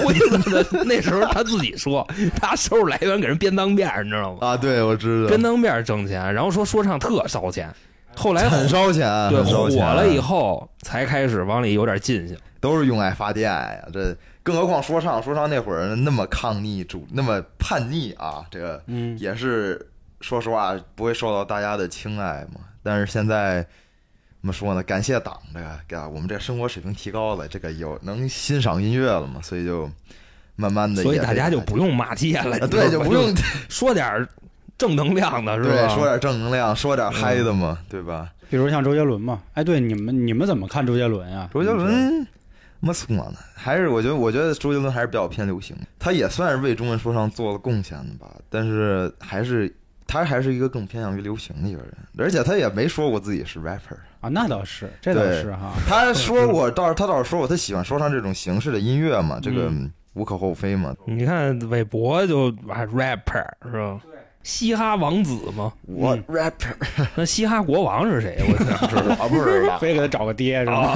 Speaker 2: 辉子的那时候他自己说，他收入来源给人便当面儿，你知道吗？
Speaker 4: 啊，对，我知道
Speaker 2: 便，当面儿挣钱，然后说说唱特烧钱，后 来
Speaker 4: 很烧钱，啊
Speaker 2: 对
Speaker 4: 很烧
Speaker 2: 火
Speaker 4: 钱
Speaker 2: 了以后才开始往里有点进去。
Speaker 4: 都是用爱发电呀。这更何况说唱，说唱那会儿那么抗逆主，那么叛逆啊，这个
Speaker 1: 嗯，
Speaker 4: 也是说实话不会受到大家的青睐嘛。但是现在怎么说呢？感谢党这个，给我们这生活水平提高了，这个有能欣赏音乐了嘛，所以就慢慢的，
Speaker 2: 所以大家就不用骂街了，
Speaker 4: 啊
Speaker 2: 你知道
Speaker 4: 对，
Speaker 2: 吗
Speaker 4: 就不用
Speaker 2: 说点儿正能量的，是
Speaker 4: 对
Speaker 2: 吧？嗯
Speaker 4: 说点正能量，说点嗨的嘛，对吧？
Speaker 1: 比如像周杰伦嘛，哎，对，你们你们怎么看周杰伦啊？
Speaker 4: 周杰伦。么说呢？还是我觉得，我觉得周杰伦还是比较偏流行，他也算是为中文说唱做了贡献的吧。但是还是他还是一个更偏向于流行的一个人，而且他也没说过自己是 rapper，
Speaker 1: 啊，那倒是，这倒
Speaker 4: 对
Speaker 1: 是哈，
Speaker 4: 他说过，倒是他倒是说过，他喜欢说唱这种形式的音乐
Speaker 1: 嗯
Speaker 4: 嘛，这个无可厚非嘛。
Speaker 2: 你看韦伯就啊 rapper 是吧？嘻哈王子嘛，
Speaker 4: 我
Speaker 1: 嗯
Speaker 4: rapper
Speaker 2: 那嘻哈国王是谁？ 我想知道。
Speaker 4: 啊，不知 道，
Speaker 1: 非给他找个爹是吧？
Speaker 2: 啊，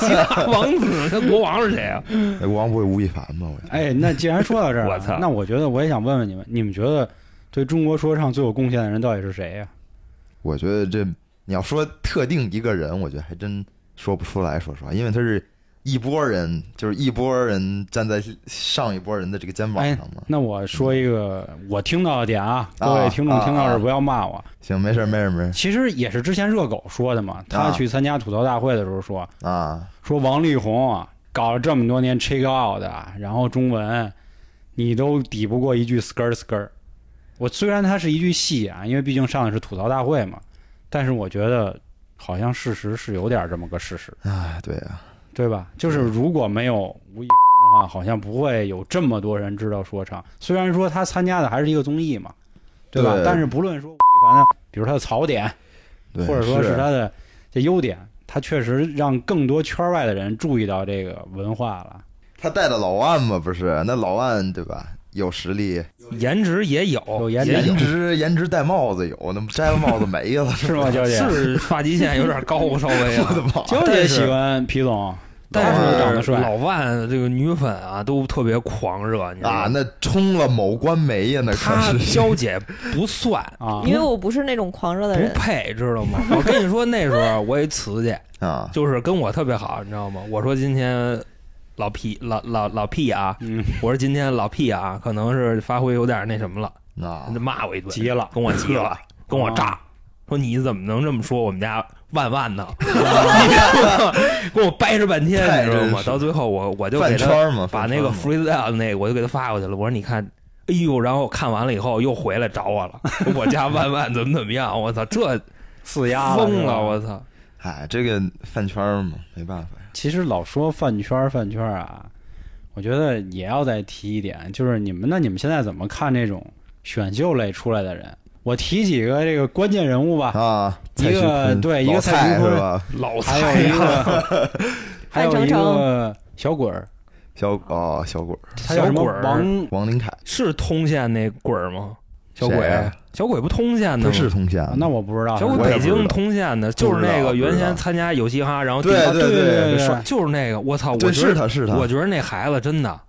Speaker 2: 嘻哈王子，那国王是谁啊？
Speaker 4: 哎王不会吴亦凡吧？我觉 得
Speaker 1: 哎，那既然说到这儿啊，
Speaker 2: 我操
Speaker 1: 那我觉得我也想问问你们，你们觉得对中国说唱最有贡献的人到底是谁呀、
Speaker 4: 我觉得这你要说特定一个人，我觉得还真说不出来，说实话，因为他是一波人，就是一波人站在上一波人的这个肩
Speaker 1: 哎
Speaker 4: 膀上嘛。
Speaker 1: 那我说一个我听到的点啊，
Speaker 4: 啊
Speaker 1: 各位听众
Speaker 4: 啊
Speaker 1: 听到这儿
Speaker 4: 啊
Speaker 1: 不要骂我，
Speaker 4: 行，没事儿，没事儿，没事
Speaker 1: 其实也是之前热狗说的嘛，他
Speaker 4: 啊
Speaker 1: 去参加吐槽大会的时候说，
Speaker 4: 儿啊。
Speaker 1: 说王力宏啊，搞了这么多年 check out 的，然后中文，你都抵不过一句 skr skr。我虽然它是一句戏啊，因为毕竟上的是吐槽大会嘛，但是我觉得好像事实是有点这么个事实，
Speaker 4: 哎，对啊，
Speaker 1: 对吧？就是如果没有吴亦凡的话，好像不会有这么多人知道说唱。虽然说他参加的还是一个综艺嘛，对吧？
Speaker 4: 对
Speaker 1: 但是不论说吴亦凡的，比如他的槽点，
Speaker 4: 对啊
Speaker 1: 或者说
Speaker 4: 是
Speaker 1: 是他的这优点，他确实让更多圈外的人注意到这个文化了。
Speaker 4: 他带的老万嘛，不是？那老万对吧？有实力，
Speaker 2: 颜值也有，
Speaker 1: 有颜值
Speaker 2: 也
Speaker 4: 颜值颜值戴帽子有，那不摘了帽子没了，
Speaker 1: 是吗，娇姐？
Speaker 2: 是发际线有点高，稍微
Speaker 4: 我的
Speaker 2: 啊。
Speaker 4: 妈！
Speaker 1: 娇姐
Speaker 2: 但是
Speaker 1: 喜欢皮总，
Speaker 2: 但
Speaker 1: 老
Speaker 2: 是
Speaker 1: 万长得帅
Speaker 2: 老万这个女粉啊，都特别狂热，你知道吗
Speaker 4: 啊，那冲了某官媒呀，那
Speaker 2: 她
Speaker 4: 可是
Speaker 2: 娇姐不 算，
Speaker 1: 啊，
Speaker 5: 因为我不是那种狂热的人
Speaker 2: 不，配，知道吗？我跟你说，那时候我有一瓷去，
Speaker 4: 啊，
Speaker 2: 就是跟我特别好，你知道吗？我说今天老屁老老老屁啊，
Speaker 1: 嗯
Speaker 2: 我说今天老屁啊，可能是发挥有点那什么了，
Speaker 4: 那
Speaker 2: 他就骂我一顿，
Speaker 1: 急了，
Speaker 2: 跟我急了，
Speaker 4: 啊
Speaker 2: 跟我炸，说你怎么能这么说我们家万万呢？ 跟我掰扯半天，
Speaker 4: 啊太
Speaker 2: 你知道
Speaker 4: 真
Speaker 2: 吗？
Speaker 4: 是
Speaker 2: 到最后我我就
Speaker 4: 饭
Speaker 2: 给
Speaker 4: 圈
Speaker 2: 他
Speaker 4: 儿嘛，
Speaker 2: 把
Speaker 4: 饭
Speaker 2: 那
Speaker 4: 圈
Speaker 2: 个
Speaker 4: 儿嘛
Speaker 2: freestyle 那个我就给他发过去了，我说你看。哎呦，然后看完了以后又回来找我了，说我家万万怎么怎么样，我操，这
Speaker 1: 四丫
Speaker 2: 疯
Speaker 1: 了
Speaker 2: 了，
Speaker 1: 是吧
Speaker 2: 我操！
Speaker 4: 哎，这个饭圈儿嘛，没办法呀。
Speaker 1: 其实老说饭圈儿饭圈儿啊，我觉得也要再提一点，就是你们那你们现在怎么看这种选秀类出来的人？我提几个这个关键人物吧，
Speaker 4: 啊，
Speaker 1: 一
Speaker 4: 蔡徐
Speaker 1: 个
Speaker 4: 坤
Speaker 1: 对一
Speaker 4: 老
Speaker 1: 个蔡徐坤
Speaker 4: 是吧？
Speaker 2: 老
Speaker 1: 还
Speaker 2: 蔡
Speaker 1: 有一
Speaker 2: 呀，
Speaker 1: 个，
Speaker 2: 哎
Speaker 1: 还有一
Speaker 5: 范丞
Speaker 1: 个小鬼儿，
Speaker 4: 小哦，小鬼儿
Speaker 1: 他叫什么
Speaker 2: 小鬼儿
Speaker 1: 王
Speaker 4: 王林凯，
Speaker 2: 是通县那鬼儿吗？小
Speaker 4: 谁
Speaker 2: 鬼
Speaker 4: 啊，
Speaker 2: 小鬼不通县的
Speaker 4: 他
Speaker 2: 吗？
Speaker 4: 是通县
Speaker 1: 啊
Speaker 4: 的，
Speaker 1: 那我不知道，
Speaker 2: 小鬼
Speaker 4: 我也
Speaker 2: 北
Speaker 4: 不知道
Speaker 2: 京通县的，就是那个原先参加有嘻哈，然后
Speaker 4: 对
Speaker 2: 第
Speaker 1: 啊对
Speaker 4: 对
Speaker 1: 对
Speaker 2: 帅，就是那个，我操，我
Speaker 4: 对，
Speaker 2: 觉得
Speaker 4: 是他是他，
Speaker 2: 我觉得那孩子真的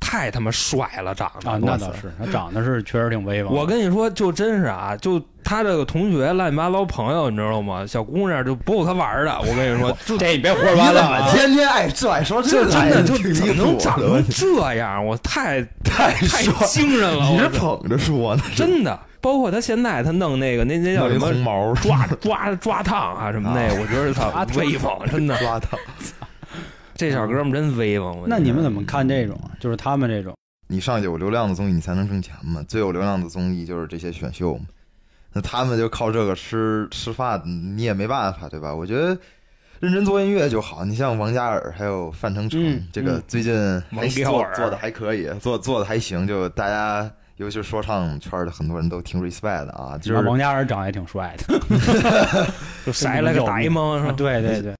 Speaker 2: 太他妈帅了，长得
Speaker 1: 啊，那倒。是，他长得是确实挺威风的。
Speaker 2: 我跟你说，就真是啊，就他这个同学乱七八糟朋友，你知道吗？小姑娘就不够他玩儿的，我跟你说，就
Speaker 1: 这你别胡
Speaker 4: 你
Speaker 1: 说八
Speaker 4: 怎
Speaker 1: 道
Speaker 4: 么
Speaker 1: 啊！
Speaker 4: 天天爱这爱说
Speaker 2: 这
Speaker 4: 这
Speaker 2: 真的就
Speaker 4: 挺
Speaker 2: 怎么
Speaker 4: 离
Speaker 2: 能
Speaker 4: 谱
Speaker 2: 长成
Speaker 4: 的，
Speaker 2: 这样？我 太
Speaker 4: 太
Speaker 2: 太
Speaker 4: 帅，
Speaker 2: 惊人了，
Speaker 4: 你
Speaker 2: 我
Speaker 4: 是
Speaker 2: 操
Speaker 4: 捧着说呢，
Speaker 2: 真的，包括他现在他弄那个那那叫
Speaker 4: 弄
Speaker 2: 什
Speaker 4: 一
Speaker 2: 么
Speaker 4: 红毛
Speaker 2: 抓抓抓烫啊什么那个，我觉得 他威风，真的，
Speaker 4: 抓他。
Speaker 2: 这小哥们真威风。我觉得
Speaker 1: 那你们怎么看这种啊？就是他们这种
Speaker 4: 你上有流量的综艺，你才能挣钱嘛。最有流量的综艺就是这些选秀嘛。那他们就靠这个吃吃饭，你也没办法，对吧？我觉得认真做音乐就好。你像王嘉尔还有范丞丞，
Speaker 1: 嗯
Speaker 4: 这个
Speaker 1: 嗯
Speaker 4: 最近
Speaker 2: 王
Speaker 4: 还
Speaker 2: 嘉
Speaker 4: 做
Speaker 2: 尔
Speaker 4: 做的还可以，做做的还行，就大家。尤其是说唱圈儿的很多人都挺 respect 的啊，就是
Speaker 1: 王嘉尔长得也挺帅 的，
Speaker 2: 就塞了个呆萌是
Speaker 1: 啊
Speaker 2: 吧？
Speaker 1: 对对对。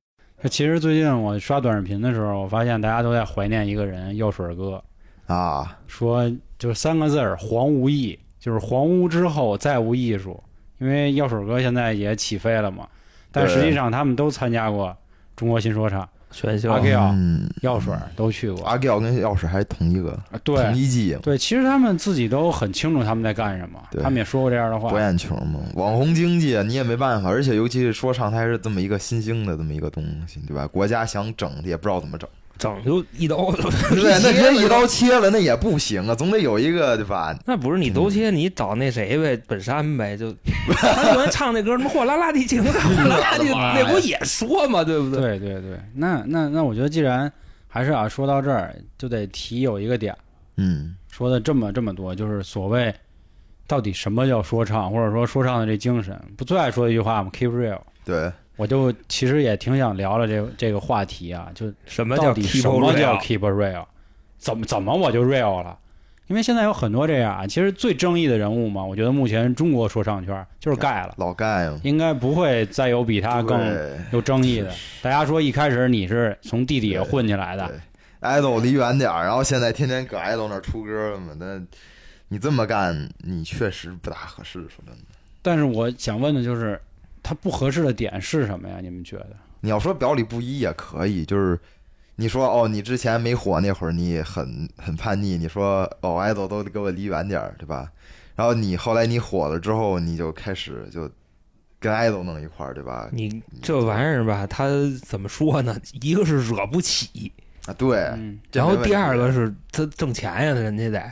Speaker 1: 其实最近我刷短视频的时候，我发现大家都在怀念一个人——药水哥。
Speaker 4: 啊，
Speaker 1: 说就是三个字儿“黄无艺”，就是黄屋之后再无艺术。因为药水哥现在也起飞了嘛，但
Speaker 4: 对
Speaker 1: 实际上他们都参加过中国新说唱，
Speaker 2: 选
Speaker 1: 阿 K 啊
Speaker 4: 嗯，
Speaker 1: 药水儿都去过。
Speaker 4: 阿 Giao 跟钥匙还是同一个，
Speaker 1: 啊
Speaker 4: 同
Speaker 1: 对
Speaker 4: 一季
Speaker 1: 对，其实他们自己都很清楚他们在干什么，
Speaker 4: 对
Speaker 1: 他们也说过这样的话
Speaker 4: 博。眼球嘛，网红经济啊你也没办法，而且尤其是说唱，它还是这么一个新兴的这么一个东西，对吧？国家想整也不知道怎么整，
Speaker 2: 整就一刀，
Speaker 4: 对，那人一刀切了那也不行啊，总得有一个对吧？
Speaker 2: 那不是你
Speaker 1: 嗯
Speaker 2: 都切，你找那谁呗，本山呗， 就他原来唱那歌什么货拉拉的情感，货拉拉的，那不也说嘛，对不对？
Speaker 1: 对对对，那那那我觉得既然还是啊，说到这儿就得提有一个点，
Speaker 4: 嗯，
Speaker 1: 说的这么这么多，就是所谓到底什么叫说唱，或者说说唱的这精神，不最爱说的一句话吗？Keep real。
Speaker 4: 对，
Speaker 1: 我就其实也挺想聊聊这这个话题啊，就
Speaker 2: 什么
Speaker 1: 到
Speaker 2: 叫
Speaker 1: 底
Speaker 2: keep
Speaker 1: 什么
Speaker 2: real？
Speaker 1: 叫 keep it real，怎么怎么我就 real 了？因为现在有很多这样啊，其实最争议的人物嘛，我觉得目前中国说唱圈就是盖了，
Speaker 4: 老盖嘛，
Speaker 1: 应该不会再有比他更
Speaker 4: 对
Speaker 1: 有争议的。大家说一开始你是从地底下混起来的，
Speaker 4: 对，挨走离远点儿，然后现在天天搁挨走那儿出歌了嘛，那你这么干，你确实不大合适，说真的。
Speaker 1: 但是我想问的就是，他不合适的点是什么呀？你们觉得？
Speaker 4: 你要说表里不一也可以，就是你说哦，你之前没火那会儿你很很叛逆，你说哦，挨走都得给我离远点儿，对吧？然后你后来你火了之后，你就开始就跟挨走弄一块儿，对吧？
Speaker 2: 你这玩意儿吧，他怎么说呢？一个是惹不起，
Speaker 4: 啊，对，
Speaker 1: 嗯，
Speaker 4: 这
Speaker 2: 然
Speaker 4: 没
Speaker 2: 后
Speaker 4: 问
Speaker 2: 第
Speaker 4: 题
Speaker 2: 二个是他挣钱呀，人家得。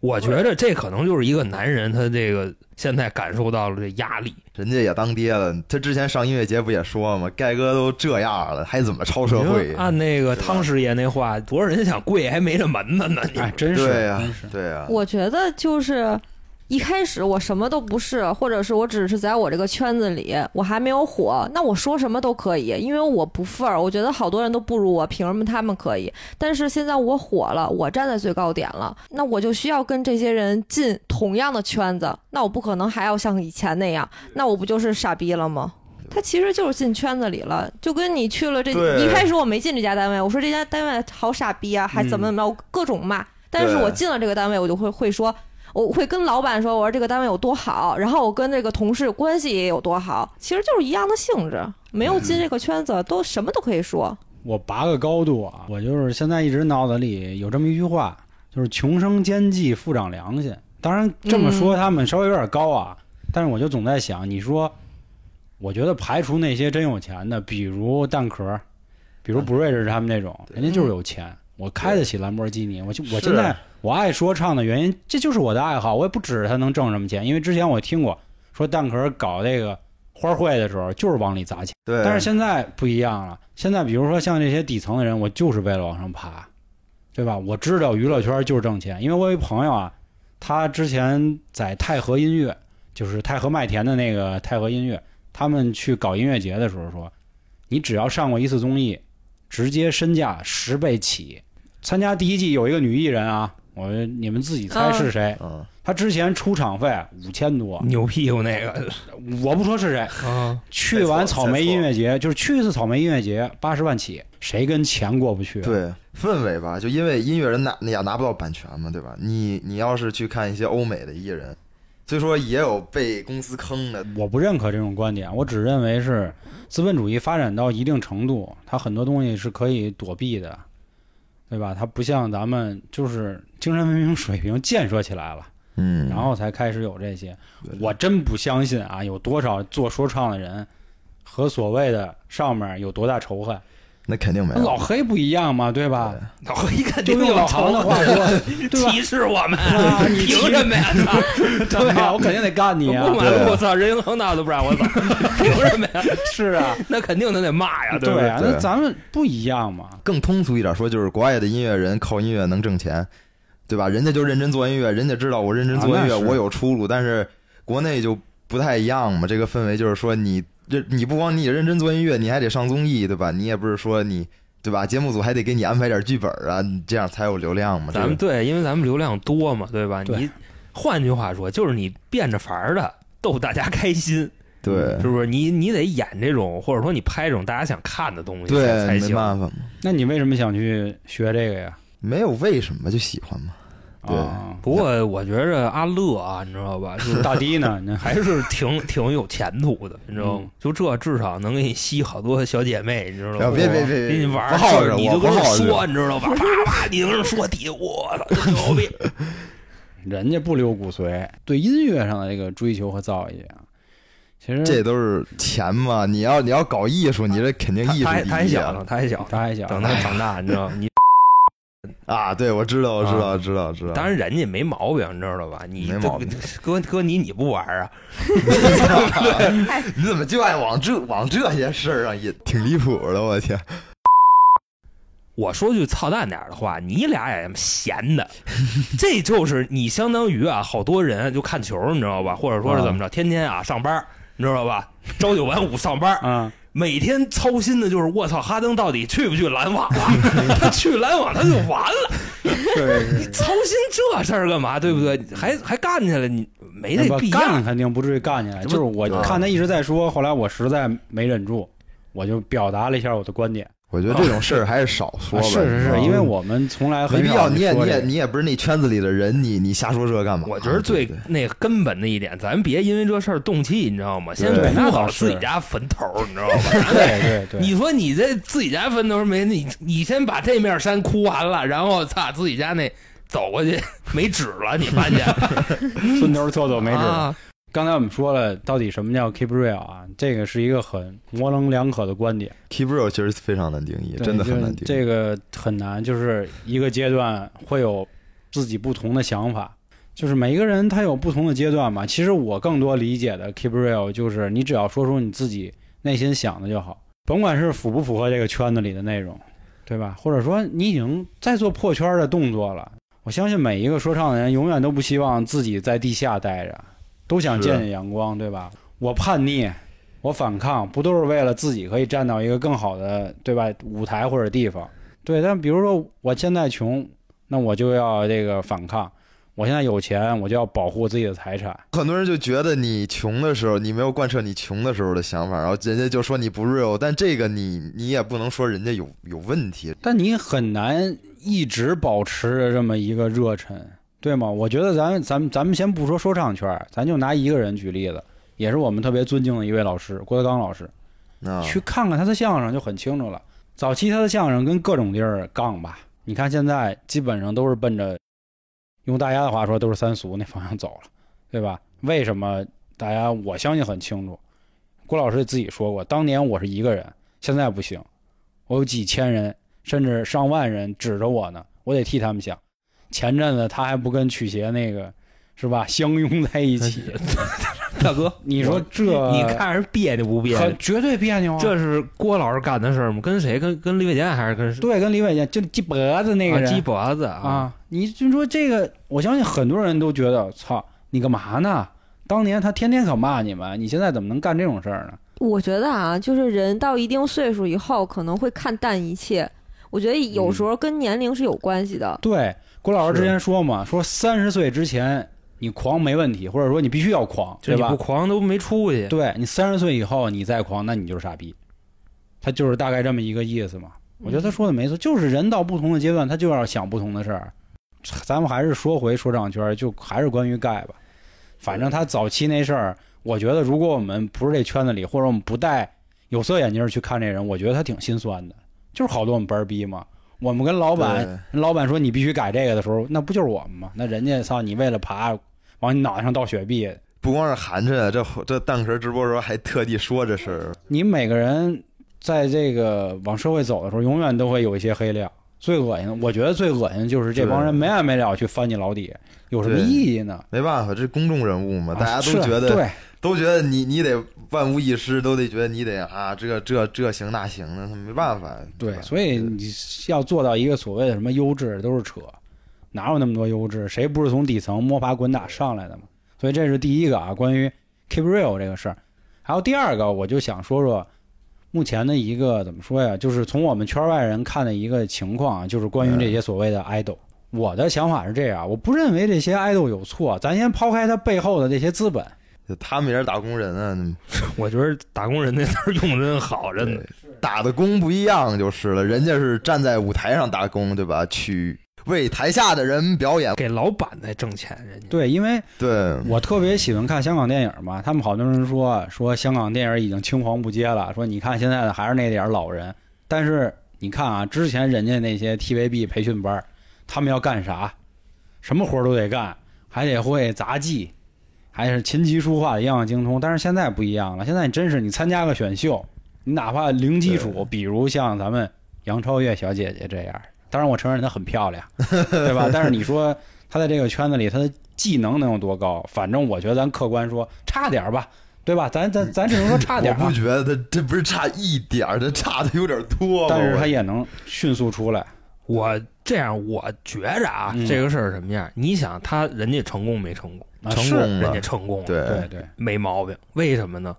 Speaker 2: 我觉着这可能就是一个男人，他这个现在感受到了这压力，
Speaker 4: 人家也当爹了，他之前上音乐节不也说嘛，盖哥都这样了，还怎么超社
Speaker 2: 你
Speaker 4: 会
Speaker 2: 说？按那个汤师爷那话，多少人想跪还没这门子呢？你
Speaker 1: 哎，真是，
Speaker 4: 对呀、
Speaker 1: 真是，
Speaker 4: 对啊呀、
Speaker 5: 我觉得就是一开始我什么都不是，或者是我只是在我这个圈子里，我还没有火，那我说什么都可以，因为我不份儿。我觉得好多人都不如我，凭什么他们可以？但是现在我火了，我站在最高点了，那我就需要跟这些人进同样的圈子，那我不可能还要像以前那样，那我不就是傻逼了吗？他其实就是进圈子里了，就跟你去了这
Speaker 4: 对
Speaker 5: 一开始我没进这家单位，我说这家单位好傻逼啊，还怎么怎么着，我各种骂。但是我进了这个单位，我就会会说，我会跟老板说，我说这个单位有多好，然后我跟这个同事关系也有多好，其实就是一样的性质。没有进这个圈子，都什么都可以说。
Speaker 1: 我拔个高度啊，我就是现在一直脑子里有这么一句话，就是穷生奸计，富长良心。当然这么说他们稍微有点高啊，但是我就总在想，你说，我觉得排除那些真有钱的，比如蛋壳，比如
Speaker 4: 嗯
Speaker 1: 不瑞士他们那种，
Speaker 4: 对
Speaker 1: 人家就是有钱，我开得起兰博基尼，我就是我现在我爱说唱的原因，这就是我的爱好，我也不指着他能挣什么钱，因为之前我听过说蛋壳搞这个花卉的时候，就是往里砸钱。
Speaker 4: 对。啊
Speaker 1: 但是现在不一样了，现在比如说像这些底层的人，我就是为了往上爬，对吧？我知道娱乐圈就是挣钱，因为我有一朋友啊，他之前在太和音乐，就是太和麦田的那个太和音乐，他们去搞音乐节的时候说，你只要上过一次综艺，直接身价十倍起。参加第一季有一个女艺人啊，我你们自己猜是谁？
Speaker 4: 嗯，
Speaker 1: 她之前出场费五千多，
Speaker 2: 扭屁股那个
Speaker 1: 我不说是谁，
Speaker 2: 啊，
Speaker 1: 去完草莓音乐节，就是去一次草莓音乐节，八十万起，谁跟钱过不去？，啊
Speaker 4: 对氛围吧，就因为音乐人拿也拿不到版权嘛，对吧？你你要是去看一些欧美的艺人，虽说也有被公司坑的，
Speaker 1: 我不认可这种观点，我只认为是资本主义发展到一定程度，它很多东西是可以躲避的，对吧？它不像咱们就是精神文明水平建设起来了，
Speaker 4: 嗯
Speaker 1: 然后才开始有这些
Speaker 4: 对。
Speaker 1: 我真不相信啊，有多少做说唱的人和所谓的上面有多大仇恨？
Speaker 4: 那肯定没
Speaker 1: 跟老
Speaker 4: 有，
Speaker 1: 黑不一样嘛，对吧？
Speaker 2: 老一看
Speaker 1: 就
Speaker 2: 就
Speaker 1: 用老
Speaker 2: 长
Speaker 1: 行的话说，对吧？
Speaker 2: 歧视我们
Speaker 1: 啊，你
Speaker 2: 凭什么呀？操
Speaker 1: 对啊，我肯定得干你啊！
Speaker 2: 我不
Speaker 4: 对
Speaker 2: 满
Speaker 4: 啊
Speaker 2: 我操，人行横道都不让我走，凭什么呀？
Speaker 1: 是啊，
Speaker 2: 那肯定他得骂呀，不
Speaker 1: 对
Speaker 2: 对？
Speaker 1: 啊，
Speaker 4: 对
Speaker 1: 那咱们不一样嘛。
Speaker 4: 更通俗一点说，就是国外的音乐人靠音乐能挣钱，对吧？人家就认真做音乐，人家知道我认真做音乐，
Speaker 1: 啊那是
Speaker 4: 我有出路，但是国内就不太一样嘛。这个氛围就是说你，认你不光你得认真做音乐，你还得上综艺，对吧？你也不是说你对吧？节目组还得给你安排点剧本啊，你这样才有流量嘛。这个
Speaker 2: 咱们对，因为咱们流量多嘛，对吧？
Speaker 1: 对
Speaker 2: 你换句话说，就是你变着法儿的逗大家开心，
Speaker 4: 对
Speaker 2: 是不是？你你得演这种，或者说你拍这种大家想看的东西才才
Speaker 4: 对，没
Speaker 2: 行。
Speaker 4: 办法嘛，
Speaker 1: 那你为什么想去学这个呀？
Speaker 4: 没有为什么就喜欢嘛。对
Speaker 1: 啊，
Speaker 2: 不过我觉着阿乐啊，你知道吧， 就
Speaker 1: 大堤呢？ 那
Speaker 2: 还是挺挺有前途的，你知道
Speaker 1: 嗯？
Speaker 2: 吗
Speaker 1: 哎
Speaker 2: 就这至少能给你吸好多小姐妹，你知道
Speaker 4: 然
Speaker 2: 吗
Speaker 4: 后？别别别，
Speaker 2: 给你玩
Speaker 4: 不
Speaker 2: 儿，
Speaker 4: 好
Speaker 2: 就是
Speaker 4: 这个
Speaker 2: 你
Speaker 4: 我
Speaker 2: 就
Speaker 4: 不
Speaker 2: 跟我
Speaker 4: 好这个
Speaker 2: 说，你知 道吧？叭叭，你跟人说底，我操，真牛逼！
Speaker 1: 人家不留骨髓，对音乐上的这个追求和造诣啊，其实
Speaker 4: 这都是钱嘛！你要你要搞艺术，你这肯定
Speaker 2: 他
Speaker 4: 艺术
Speaker 2: 他还
Speaker 4: 第
Speaker 2: 他还
Speaker 4: 一
Speaker 2: 小
Speaker 4: 啊
Speaker 2: 呢，他还小，
Speaker 1: 他还小，
Speaker 2: 等他长大，你知道吗？ 你
Speaker 4: 啊！对，我知道，我知
Speaker 2: 啊
Speaker 4: 道，知道，知道。
Speaker 2: 当然人家没毛病，你知道吧？你
Speaker 4: 没
Speaker 2: 这
Speaker 4: 毛病
Speaker 2: 哥哥你你不玩啊？
Speaker 4: 你怎么就爱往这往这些事儿上引？挺离谱的，我天！
Speaker 2: 我说句操蛋点儿的话，你俩也闲 的，这就是你相当于啊，好多人就看球，你知道吧？或者说是怎么着，天天啊上班儿，你知道吧？朝九晚五上 班儿，
Speaker 1: 啊，
Speaker 2: 每天操心的就是我操，哈登到底去不去篮网 啊？他去篮网他就完了，
Speaker 1: 对，
Speaker 2: 你操心这事儿干嘛？对不对？还还干去了，你
Speaker 1: 嗯
Speaker 2: 没
Speaker 1: 那
Speaker 2: 那
Speaker 1: 不
Speaker 2: 必要
Speaker 1: 哎干。肯定不至于干起来，
Speaker 2: 这
Speaker 1: 就
Speaker 2: 不
Speaker 1: 是我看他一直在说，后来我实在没忍住，我就表达了一下我的观点。
Speaker 4: 我觉得这种事儿还是少说
Speaker 1: 啊
Speaker 4: 吧。
Speaker 1: 是是
Speaker 4: 你知道
Speaker 1: 是，
Speaker 4: 吗
Speaker 1: 因为我们从来
Speaker 4: 没
Speaker 1: 很
Speaker 4: 必
Speaker 1: 少
Speaker 4: 要，你也
Speaker 1: 说
Speaker 4: 你也
Speaker 1: 这个
Speaker 4: 你也不是那圈子里的人，你你瞎说这干嘛？啊
Speaker 2: 我觉得最
Speaker 4: 对对
Speaker 2: 那个根本的一点，咱别因为这事儿动气，你知道吗？先
Speaker 4: 对
Speaker 2: 铺
Speaker 1: 那
Speaker 2: 好
Speaker 1: 倒是
Speaker 2: 自己家坟头儿，你知道吧？
Speaker 1: 对对 对，
Speaker 2: 你说你这自己家坟头没你，你先把这面山哭完了，然后操自己家那走过去没纸了，你 发现
Speaker 1: 村头厕所没纸。
Speaker 2: 啊
Speaker 1: 刚才我们说了，到底什么叫 keep real 啊？这个是一个很模棱两可的观点，
Speaker 4: keep real 其实非常难定义，
Speaker 1: 对
Speaker 4: 真的很
Speaker 1: 就是
Speaker 4: 难定义。
Speaker 1: 这个很难，就是一个阶段会有自己不同的想法，就是每一个人他有不同的阶段嘛。其实我更多理解的 keep real 就是你只要说出你自己内心想的就好，甭管是符不符合这个圈子里的内容，对吧？或者说你已经在做破圈的动作了。我相信每一个说唱的人永远都不希望自己在地下待着，都想见见阳光，对吧？我叛逆，我反抗，不都是为了自己可以站到一个更好的，对吧？舞台或者地方，对。但比如说我现在穷，那我就要这个反抗；我现在有钱，我就要保护自己的财产。
Speaker 4: 很多人就觉得你穷的时候，你没有贯彻你穷的时候的想法，然后人家就说你不 real，但这个你你也不能说人家有有问题，
Speaker 1: 但你很难一直保持着这么一个热忱，对吗？我觉得咱咱咱们先不说说唱圈儿，咱就拿一个人举例子，也是我们特别尊敬的一位老师郭德纲老师，
Speaker 4: 啊，
Speaker 1: 去看看他的相声就很清楚了。早期他的相声跟各种地儿杠吧，你看现在基本上都是奔着，用大家的话说都是三俗那方向走了，对吧？为什么大家我相信很清楚，郭老师自己说过，当年我是一个人，现在不行，我有几千人甚至上万人指着我呢，我得替他们想。前阵子他还不跟曲协那个是吧相拥在一起，
Speaker 2: 大哥，
Speaker 1: 你说这
Speaker 2: 你看人别扭不别扭
Speaker 1: 很？绝对别扭啊！
Speaker 2: 这是郭老师干的事儿吗？跟谁？跟跟李伟健还是跟谁？
Speaker 1: 对，跟李伟健就鸡脖子那个
Speaker 2: 啊
Speaker 1: 人
Speaker 2: 鸡脖子
Speaker 1: 啊，你就说这个，我相信很多人都觉得，操，你干嘛呢？当年他天天可骂你们，你现在怎么能干这种事儿呢？
Speaker 5: 我觉得啊，就是人到一定岁数以后，可能会看淡一切。我觉得
Speaker 1: 嗯
Speaker 5: 有时候跟年龄是有关系的。
Speaker 1: 对，郭老师
Speaker 2: 是
Speaker 1: 之前说
Speaker 2: 嗯
Speaker 1: 嘛，说三十岁之前你狂没问题，或者说你必须要狂，
Speaker 2: 就
Speaker 1: 对
Speaker 2: 你
Speaker 1: 吧
Speaker 2: 不？狂都没出息。
Speaker 1: 对你三十岁以后你再狂，那你就是傻逼。他就是大概这么一个意思嘛。我觉得他说的没错，就是人到不同的阶段，他就要想不同的事儿。咱们还是说回说唱圈儿，就还是关于盖吧。反正他早期那事儿，我觉得如果我们不是这圈子里，或者我们不戴有色眼镜儿去看这人，我觉得他挺心酸的。就是好多我们班儿逼嘛，我们跟老板，人老板说你必须改这个的时候，那不就是我们吗？那人家操你为了爬，往你脑袋上倒雪碧，
Speaker 4: 不光是寒碜，啊这这蛋壳直播的时候还特地说这事儿，
Speaker 1: 你每个人在这个往社会走的时候，永远都会有一些黑料。最恶心的，我觉得最恶心的就是这帮人
Speaker 4: 对
Speaker 1: 没完没了去翻你老底，有什么
Speaker 4: 对
Speaker 1: 意义呢？
Speaker 4: 没办法，这公众人物嘛，大家
Speaker 1: 啊
Speaker 4: 都
Speaker 1: 是
Speaker 4: 觉得、
Speaker 1: 对，
Speaker 4: 都觉得你你得万无一失，都得觉得你得啊这这这行那行的，没办法。
Speaker 1: 对，
Speaker 4: 吧
Speaker 1: 所以你要做到一个所谓的什么优质，都是扯，哪有那么多优质？谁不是从底层摸爬滚打上来的嘛？所以这是第一个啊，关于 keep real 这个事儿。还有第二个，我就想说说目前的一个怎么说呀，就是从我们圈外人看的一个情况啊，就是关于这些所谓的 idol。我的想法是这样，我不认为这些 idol 有错，咱先抛开他背后的这些资本。
Speaker 4: 就他们也是打工人啊，
Speaker 2: 我觉得“打工人”那词儿用得真好，真的。
Speaker 4: 打的工不一样就是了，人家是站在舞台上打工，对吧？去为台下的人表演，
Speaker 2: 给老板在挣钱，人家
Speaker 1: 对，因为
Speaker 4: 对，
Speaker 1: 我特别喜欢看香港电影嘛，他们好多人说说香港电影已经青黄不接了，说你看现在的还是那点儿老人。但是你看啊，之前人家那些 TVB 培训班儿，他们要干啥，什么活儿都得干，还得会杂技，还是琴棋书画样样精通。但是现在不一样了，现在你真是你参加个选秀，你哪怕零基础，比如像咱们杨超越小姐姐这样，当然我承认她很漂亮， 对吧？但是你说她在这个圈子里，她的技能能有多高？反正我觉得咱客观说，差点儿吧，对吧？咱咱咱只能说差点
Speaker 4: 我
Speaker 1: 儿吧啊
Speaker 4: 不。觉得这不是差一点儿，这差的有点多了。
Speaker 1: 但是
Speaker 4: 我
Speaker 1: 她也能迅速出来，
Speaker 2: 我这样，我觉着啊，
Speaker 1: 嗯
Speaker 2: 这个事儿什么样？你想他人家成功没成功？
Speaker 1: 啊
Speaker 4: 成
Speaker 1: 是
Speaker 4: 功
Speaker 2: 人家
Speaker 4: 了，
Speaker 2: 成功了，
Speaker 1: 对
Speaker 4: 对，
Speaker 1: 对，
Speaker 2: 没毛病。为什么呢？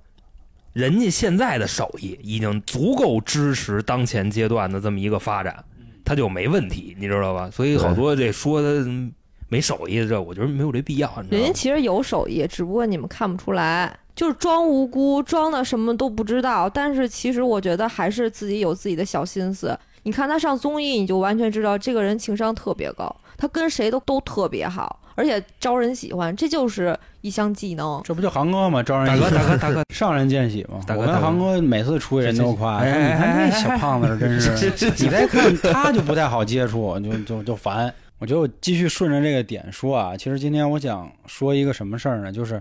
Speaker 2: 人家现在的手艺已经足够支持当前阶段的这么一个发展，
Speaker 1: 嗯
Speaker 2: 他就没问题，你知道吧？所以
Speaker 4: 对
Speaker 2: 好多这说他嗯没手艺的这，我觉得没有这必要，你知
Speaker 5: 人家
Speaker 2: 道吗？
Speaker 5: 其实有手艺，只不过你们看不出来，就是装无辜，装的什么都不知道。但是其实我觉得还是自己有自己的小心思。你看他上综艺，你就完全知道这个人情商特别高，他跟谁都都特别好，而且招人喜欢，这就是一项技能。
Speaker 1: 这不就韩哥吗？招人
Speaker 2: 大哥，大哥，大哥，
Speaker 1: 上人见喜嘛。
Speaker 2: 大哥
Speaker 1: 我跟
Speaker 2: 大哥
Speaker 1: 韩哥每次出去人都夸，说
Speaker 2: 哎哎
Speaker 1: 你看那
Speaker 2: 哎哎
Speaker 1: 小胖子真 是。你再看他就不太好接触，就就就烦。我觉得我继续顺着这个点说啊，其实今天我想说一个什么事儿呢？就是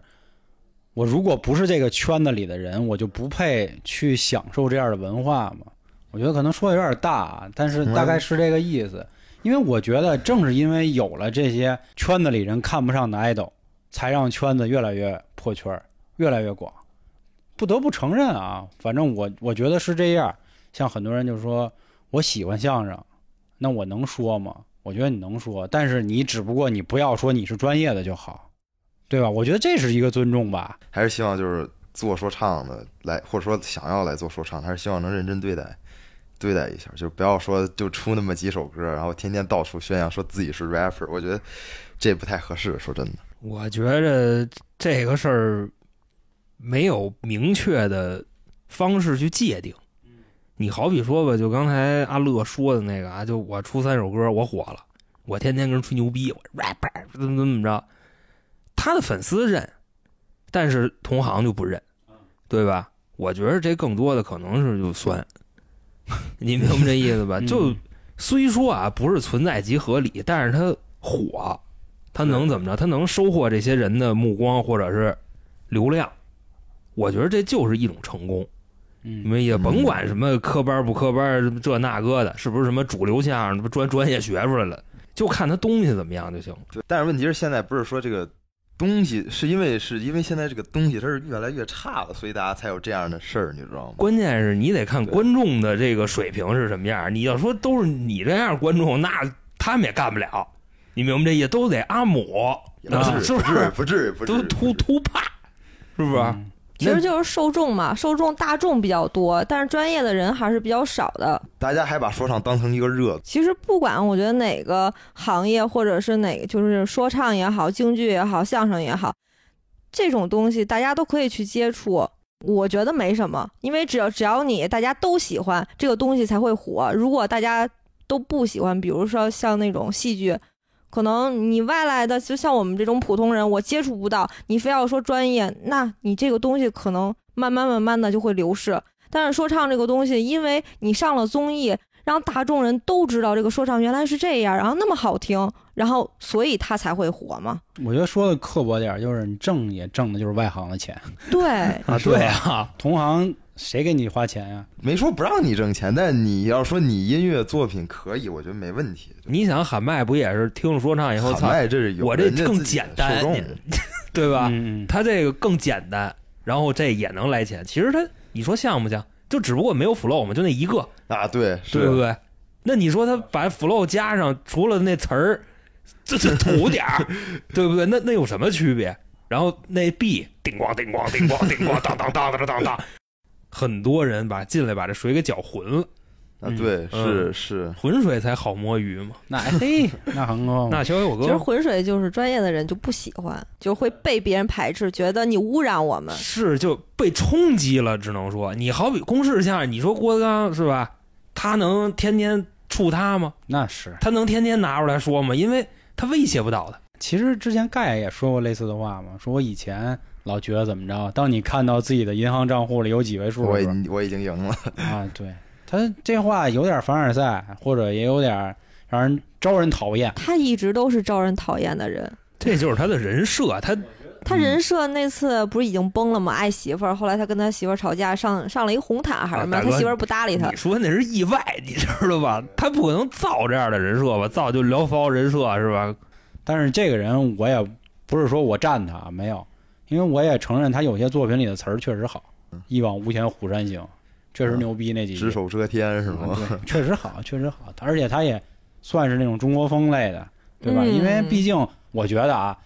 Speaker 1: 我如果不是这个圈子里的人，我就不配去享受这样的文化嘛。我觉得可能说的有点大啊，但是大概是这个意思。因为我觉得正是因为有了这些圈子里人看不上的 idol，才让圈子越来越破圈儿，越来越广。不得不承认啊，反正我我觉得是这样。像很多人就说我喜欢相声，那我能说吗？我觉得你能说，但是你只不过你不要说你是专业的就好，对吧？我觉得这是一个尊重吧。
Speaker 4: 还是希望就是做说唱的来，或者说想要来做说唱，还是希望能认真对待。对待一下，就不要说就出那么几首歌，然后天天到处宣扬说自己是 rapper，我觉得这不太合适。说真的，
Speaker 2: 我觉着这个事儿没有明确的方式去界定。你好比说吧，就刚才阿乐说的那个啊，就我出三首歌，我火了，我天天跟人吹牛逼，我 rapper 怎么怎么着，他的粉丝认，但是同行就不认，对吧？我觉得这更多的可能是就酸， 你明白这意思吧？
Speaker 1: 嗯
Speaker 2: 就虽说啊不是存在即合理，但是他火，他能怎么着？他能收获这些人的目光或者是流量，我觉得这就是一种成功。你
Speaker 1: 嗯，
Speaker 2: 们也
Speaker 4: 嗯
Speaker 2: 甭管什么科班不科班，这那个的，是不是什么主流相声专专业学出来了，就看他东西怎么样就行了。
Speaker 4: 对，但是问题是现在不是说这个东西，是因为是因为现在这个东西它是越来越差了，所以大家才有这样的事儿，你知道吗？
Speaker 2: 关键是你得看
Speaker 4: 对
Speaker 2: 观众的这个水平是什么样。你要说都是你这样观众，那他们也干不了。你明白这意思？都得阿姆，
Speaker 4: 也
Speaker 2: 啊
Speaker 4: 不
Speaker 2: 是
Speaker 4: 至于，
Speaker 2: 不
Speaker 4: 不至于
Speaker 2: 是？
Speaker 4: 不至于，不至于
Speaker 2: 都突突怕，是啊不是？
Speaker 1: 嗯
Speaker 5: 其实就是受众嘛，受众大众比较多，但是专业的人还是比较少的。
Speaker 4: 大家还把说唱当成一个热，
Speaker 5: 其实不管我觉得哪个行业，或者是哪个，就是说唱也好，京剧也好，相声也好，这种东西大家都可以去接触。我觉得没什么，因为只要只要你大家都喜欢这个东西才会火。如果大家都不喜欢，比如说像那种戏剧，可能你外来的，就像我们这种普通人，我接触不到。你非要说专业，那你这个东西可能慢慢慢慢的就会流逝。但是说唱这个东西，因为你上了综艺，让大众人都知道这个说唱原来是这样，然后那么好听，然后所以它才会火嘛。
Speaker 1: 我觉得说的刻薄点儿，就是你挣也挣的就是外行的钱，
Speaker 5: 对，
Speaker 2: 啊，
Speaker 1: 是吧
Speaker 2: 对啊，
Speaker 1: 同行谁给你花钱呀、
Speaker 4: 没说不让你挣钱，但你要说你音乐作品可以，我觉得没问题。
Speaker 2: 你想喊麦不也是听了说唱以后，
Speaker 4: 喊
Speaker 2: 操，
Speaker 4: 麦这是有
Speaker 2: 哎我这
Speaker 4: 人家
Speaker 2: 更
Speaker 4: 自己的
Speaker 2: 简单
Speaker 4: 受众
Speaker 2: 你对吧？
Speaker 1: 嗯，嗯
Speaker 2: 他这个更简单，然后这也能来钱。其实他你说像不像？就只不过没有 flow 嘛，就那一个，
Speaker 4: 啊，对，是
Speaker 2: 对不对？那你说他把 flow 加 上，除了那词儿，这这土点儿，对不对？那那有什么区别？然后那 B 叮咣叮咣叮咣叮咣当当当当当当，很多人把进来把这水给搅浑了，
Speaker 4: 啊，对，
Speaker 2: 嗯
Speaker 4: 是是，
Speaker 2: 浑水才好摸鱼嘛。
Speaker 1: 那嘿，那很高。
Speaker 4: 哦
Speaker 2: 那小伟我
Speaker 5: 其实
Speaker 2: 哥
Speaker 5: 浑水就是专业的人就不喜欢，就会被别人排斥，觉得你污染我们。
Speaker 2: 是就被冲击了，只能说你好比公式下，你说郭德纲是吧？他能天天触他吗？
Speaker 1: 那是，
Speaker 2: 他能天天拿出来说吗？因为他威胁不到他。
Speaker 1: 其实之前盖也说过类似的话嘛，说我以前老觉得怎么着，当你看到自己的银行账户里有几位数
Speaker 4: 我
Speaker 1: 的
Speaker 4: 已
Speaker 1: 时候
Speaker 4: 我已经赢了，
Speaker 1: 啊，对他这话有点凡尔赛，或者也有点让人招人讨厌。
Speaker 5: 他一直都是招人讨厌的人。
Speaker 2: 这就是他的人设，他
Speaker 5: 他人设那次不是已经崩了吗？爱媳妇儿，后来他跟他媳妇儿吵架，上上了一个红毯还是什么
Speaker 2: 啊大
Speaker 5: 样，
Speaker 2: 哥
Speaker 5: 他媳妇儿不搭理他
Speaker 2: 你。说那是意外，你知道吧？他不可能造这样的人设吧？造就聊骚人设是吧？
Speaker 1: 但是这个人我也不是说我站他啊，没有，因为我也承认他有些作品里的词儿确实好，一往无前虎山行”确实牛逼那
Speaker 2: 嗯
Speaker 1: 几句，
Speaker 4: 只手遮天是吗？
Speaker 1: 对，确实好，确实好，而且他也算是那种中国风类的，对吧？
Speaker 5: 嗯
Speaker 1: 因为毕竟我觉得啊，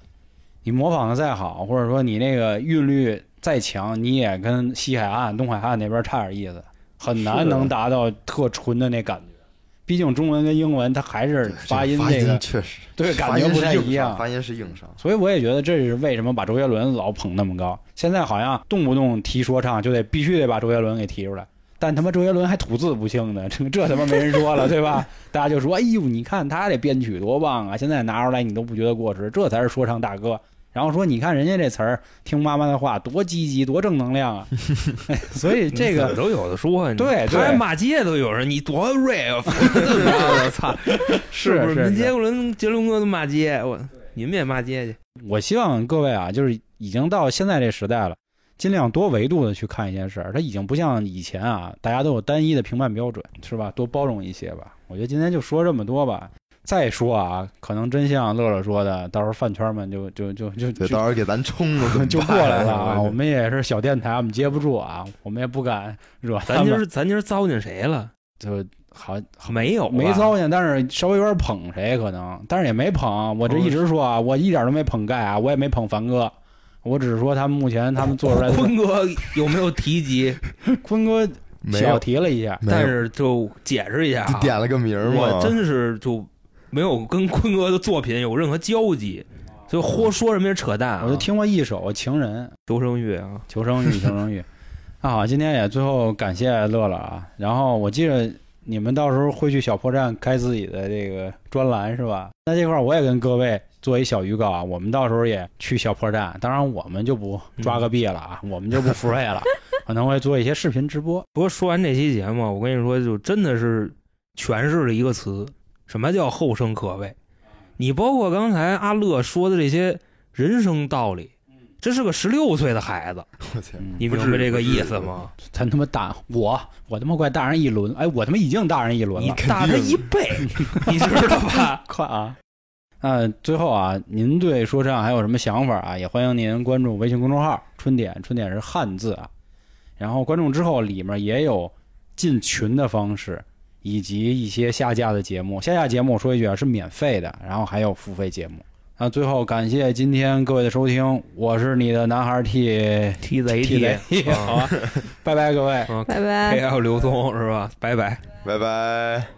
Speaker 1: 你模仿的再好，或者说你那个韵律再强，你也跟西海岸、东海岸那边差点意思，很
Speaker 4: 是
Speaker 1: 难
Speaker 4: 的
Speaker 1: 能达到特纯的那感觉。毕竟中文跟英文它还是
Speaker 4: 对
Speaker 1: 发音
Speaker 4: 发
Speaker 1: 这
Speaker 4: 音
Speaker 1: 个，
Speaker 4: 确实，
Speaker 1: 对
Speaker 4: 发
Speaker 1: 感觉
Speaker 4: 音
Speaker 1: 不
Speaker 4: 是
Speaker 1: 太
Speaker 4: 硬
Speaker 1: 一样
Speaker 4: 伤发音是硬 伤。
Speaker 1: 所以我也觉得这是为什么把周杰伦老捧那么高。现在好像动不动提说唱就得必须得把周杰伦给提出来，但他妈周杰伦还吐字不清呢，这这他妈没人说了，对 吧？大家就说：“哎呦，你看他这编曲多棒啊！”现在拿出来你都不觉得过时，这才是说唱大哥。然后说：“你看人家这词儿，听妈妈的话，多积极，多正能量啊！” 所以这
Speaker 2: 你怎么
Speaker 1: 个
Speaker 2: 都有的说，你
Speaker 1: 对对
Speaker 2: 他骂街都有人，你多 real，我操，
Speaker 1: 是
Speaker 2: 不
Speaker 1: 是
Speaker 2: 是？杰
Speaker 1: 是，
Speaker 2: 伦杰伦哥都骂街，我你们也骂街去。
Speaker 1: 我希望各位啊，就是已经到现在这时代了。尽量多维度的去看一件事儿，它已经不像以前啊，大家都有单一的评判标准，是吧？多包容一些吧。我觉得今天就说这么多吧。再说啊，可能真像乐乐说的，到时候饭圈们就就就就
Speaker 4: 对，
Speaker 1: 就
Speaker 4: 到时候给咱 冲了怎么
Speaker 1: 就过
Speaker 4: 办
Speaker 1: 来了啊。
Speaker 4: 是吧
Speaker 1: 我们也是小电台，我们接不住啊，我们也不敢惹他
Speaker 2: 咱今
Speaker 1: 们，
Speaker 2: 儿咱今儿糟践谁了？
Speaker 1: 就好
Speaker 2: 没有吧，啊
Speaker 1: 没糟践，但是稍微有点捧谁可能，但是也没捧。我这一直说啊，我一点都没捧盖啊，我也没捧凡哥，我只是说他们目前他们做出来的，
Speaker 2: 坤哥有没有提及？
Speaker 1: 坤哥
Speaker 4: 没
Speaker 1: 小
Speaker 4: 有，
Speaker 1: 提了一下，
Speaker 4: 没有
Speaker 2: 但是就解释一下
Speaker 4: 就
Speaker 2: 啊，
Speaker 4: 点了个名儿嘛
Speaker 2: 我，真是就没有跟坤哥的作品有任何交集，就豁说什么也扯淡、啊。
Speaker 1: 我就听过一首《情人》，
Speaker 2: 求生欲啊，
Speaker 1: 求生欲，求生欲。那好，今天也最后感谢乐乐啊。然后我记着你们到时候会去小破站开自己的这个专栏是吧？那这块儿我也跟各位做一小预告啊，我们到时候也去小破站，当然我们就不抓个币了啊，我们就不 free 了，可能会做一些视频直播。
Speaker 2: 不过说完这期节目，我跟你说，就真的是诠释了一个词，什么叫后生可畏？你包括刚才阿乐说的这些人生道理，这是个十六岁的孩子，
Speaker 4: 我天，
Speaker 2: 你
Speaker 4: 不
Speaker 2: 明
Speaker 4: 至
Speaker 2: 白
Speaker 4: 于
Speaker 2: 这个
Speaker 4: 不至
Speaker 2: 意
Speaker 4: 于
Speaker 2: 思吗？
Speaker 1: 嗯咱他妈大我，我他妈快大人一轮，哎，我他妈已经大人一轮
Speaker 2: 你
Speaker 1: 了，
Speaker 2: 大他一倍，你知道 吧？
Speaker 1: 快啊！那最后啊，您对说唱还有什么想法啊？也欢迎您关注微信公众号“春点”，春点是汉字啊。然后关注之后，里面也有进群的方式，以及一些下架的节目。下架节目我说一句啊，是免费的，然后还有付费节目。那最后感谢今天各位的收听，我是你的男孩 T
Speaker 2: T Z
Speaker 1: T 雷， 好啊，拜拜各位。
Speaker 5: 拜拜。
Speaker 2: K L 刘聪是吧？拜拜。
Speaker 4: 拜拜。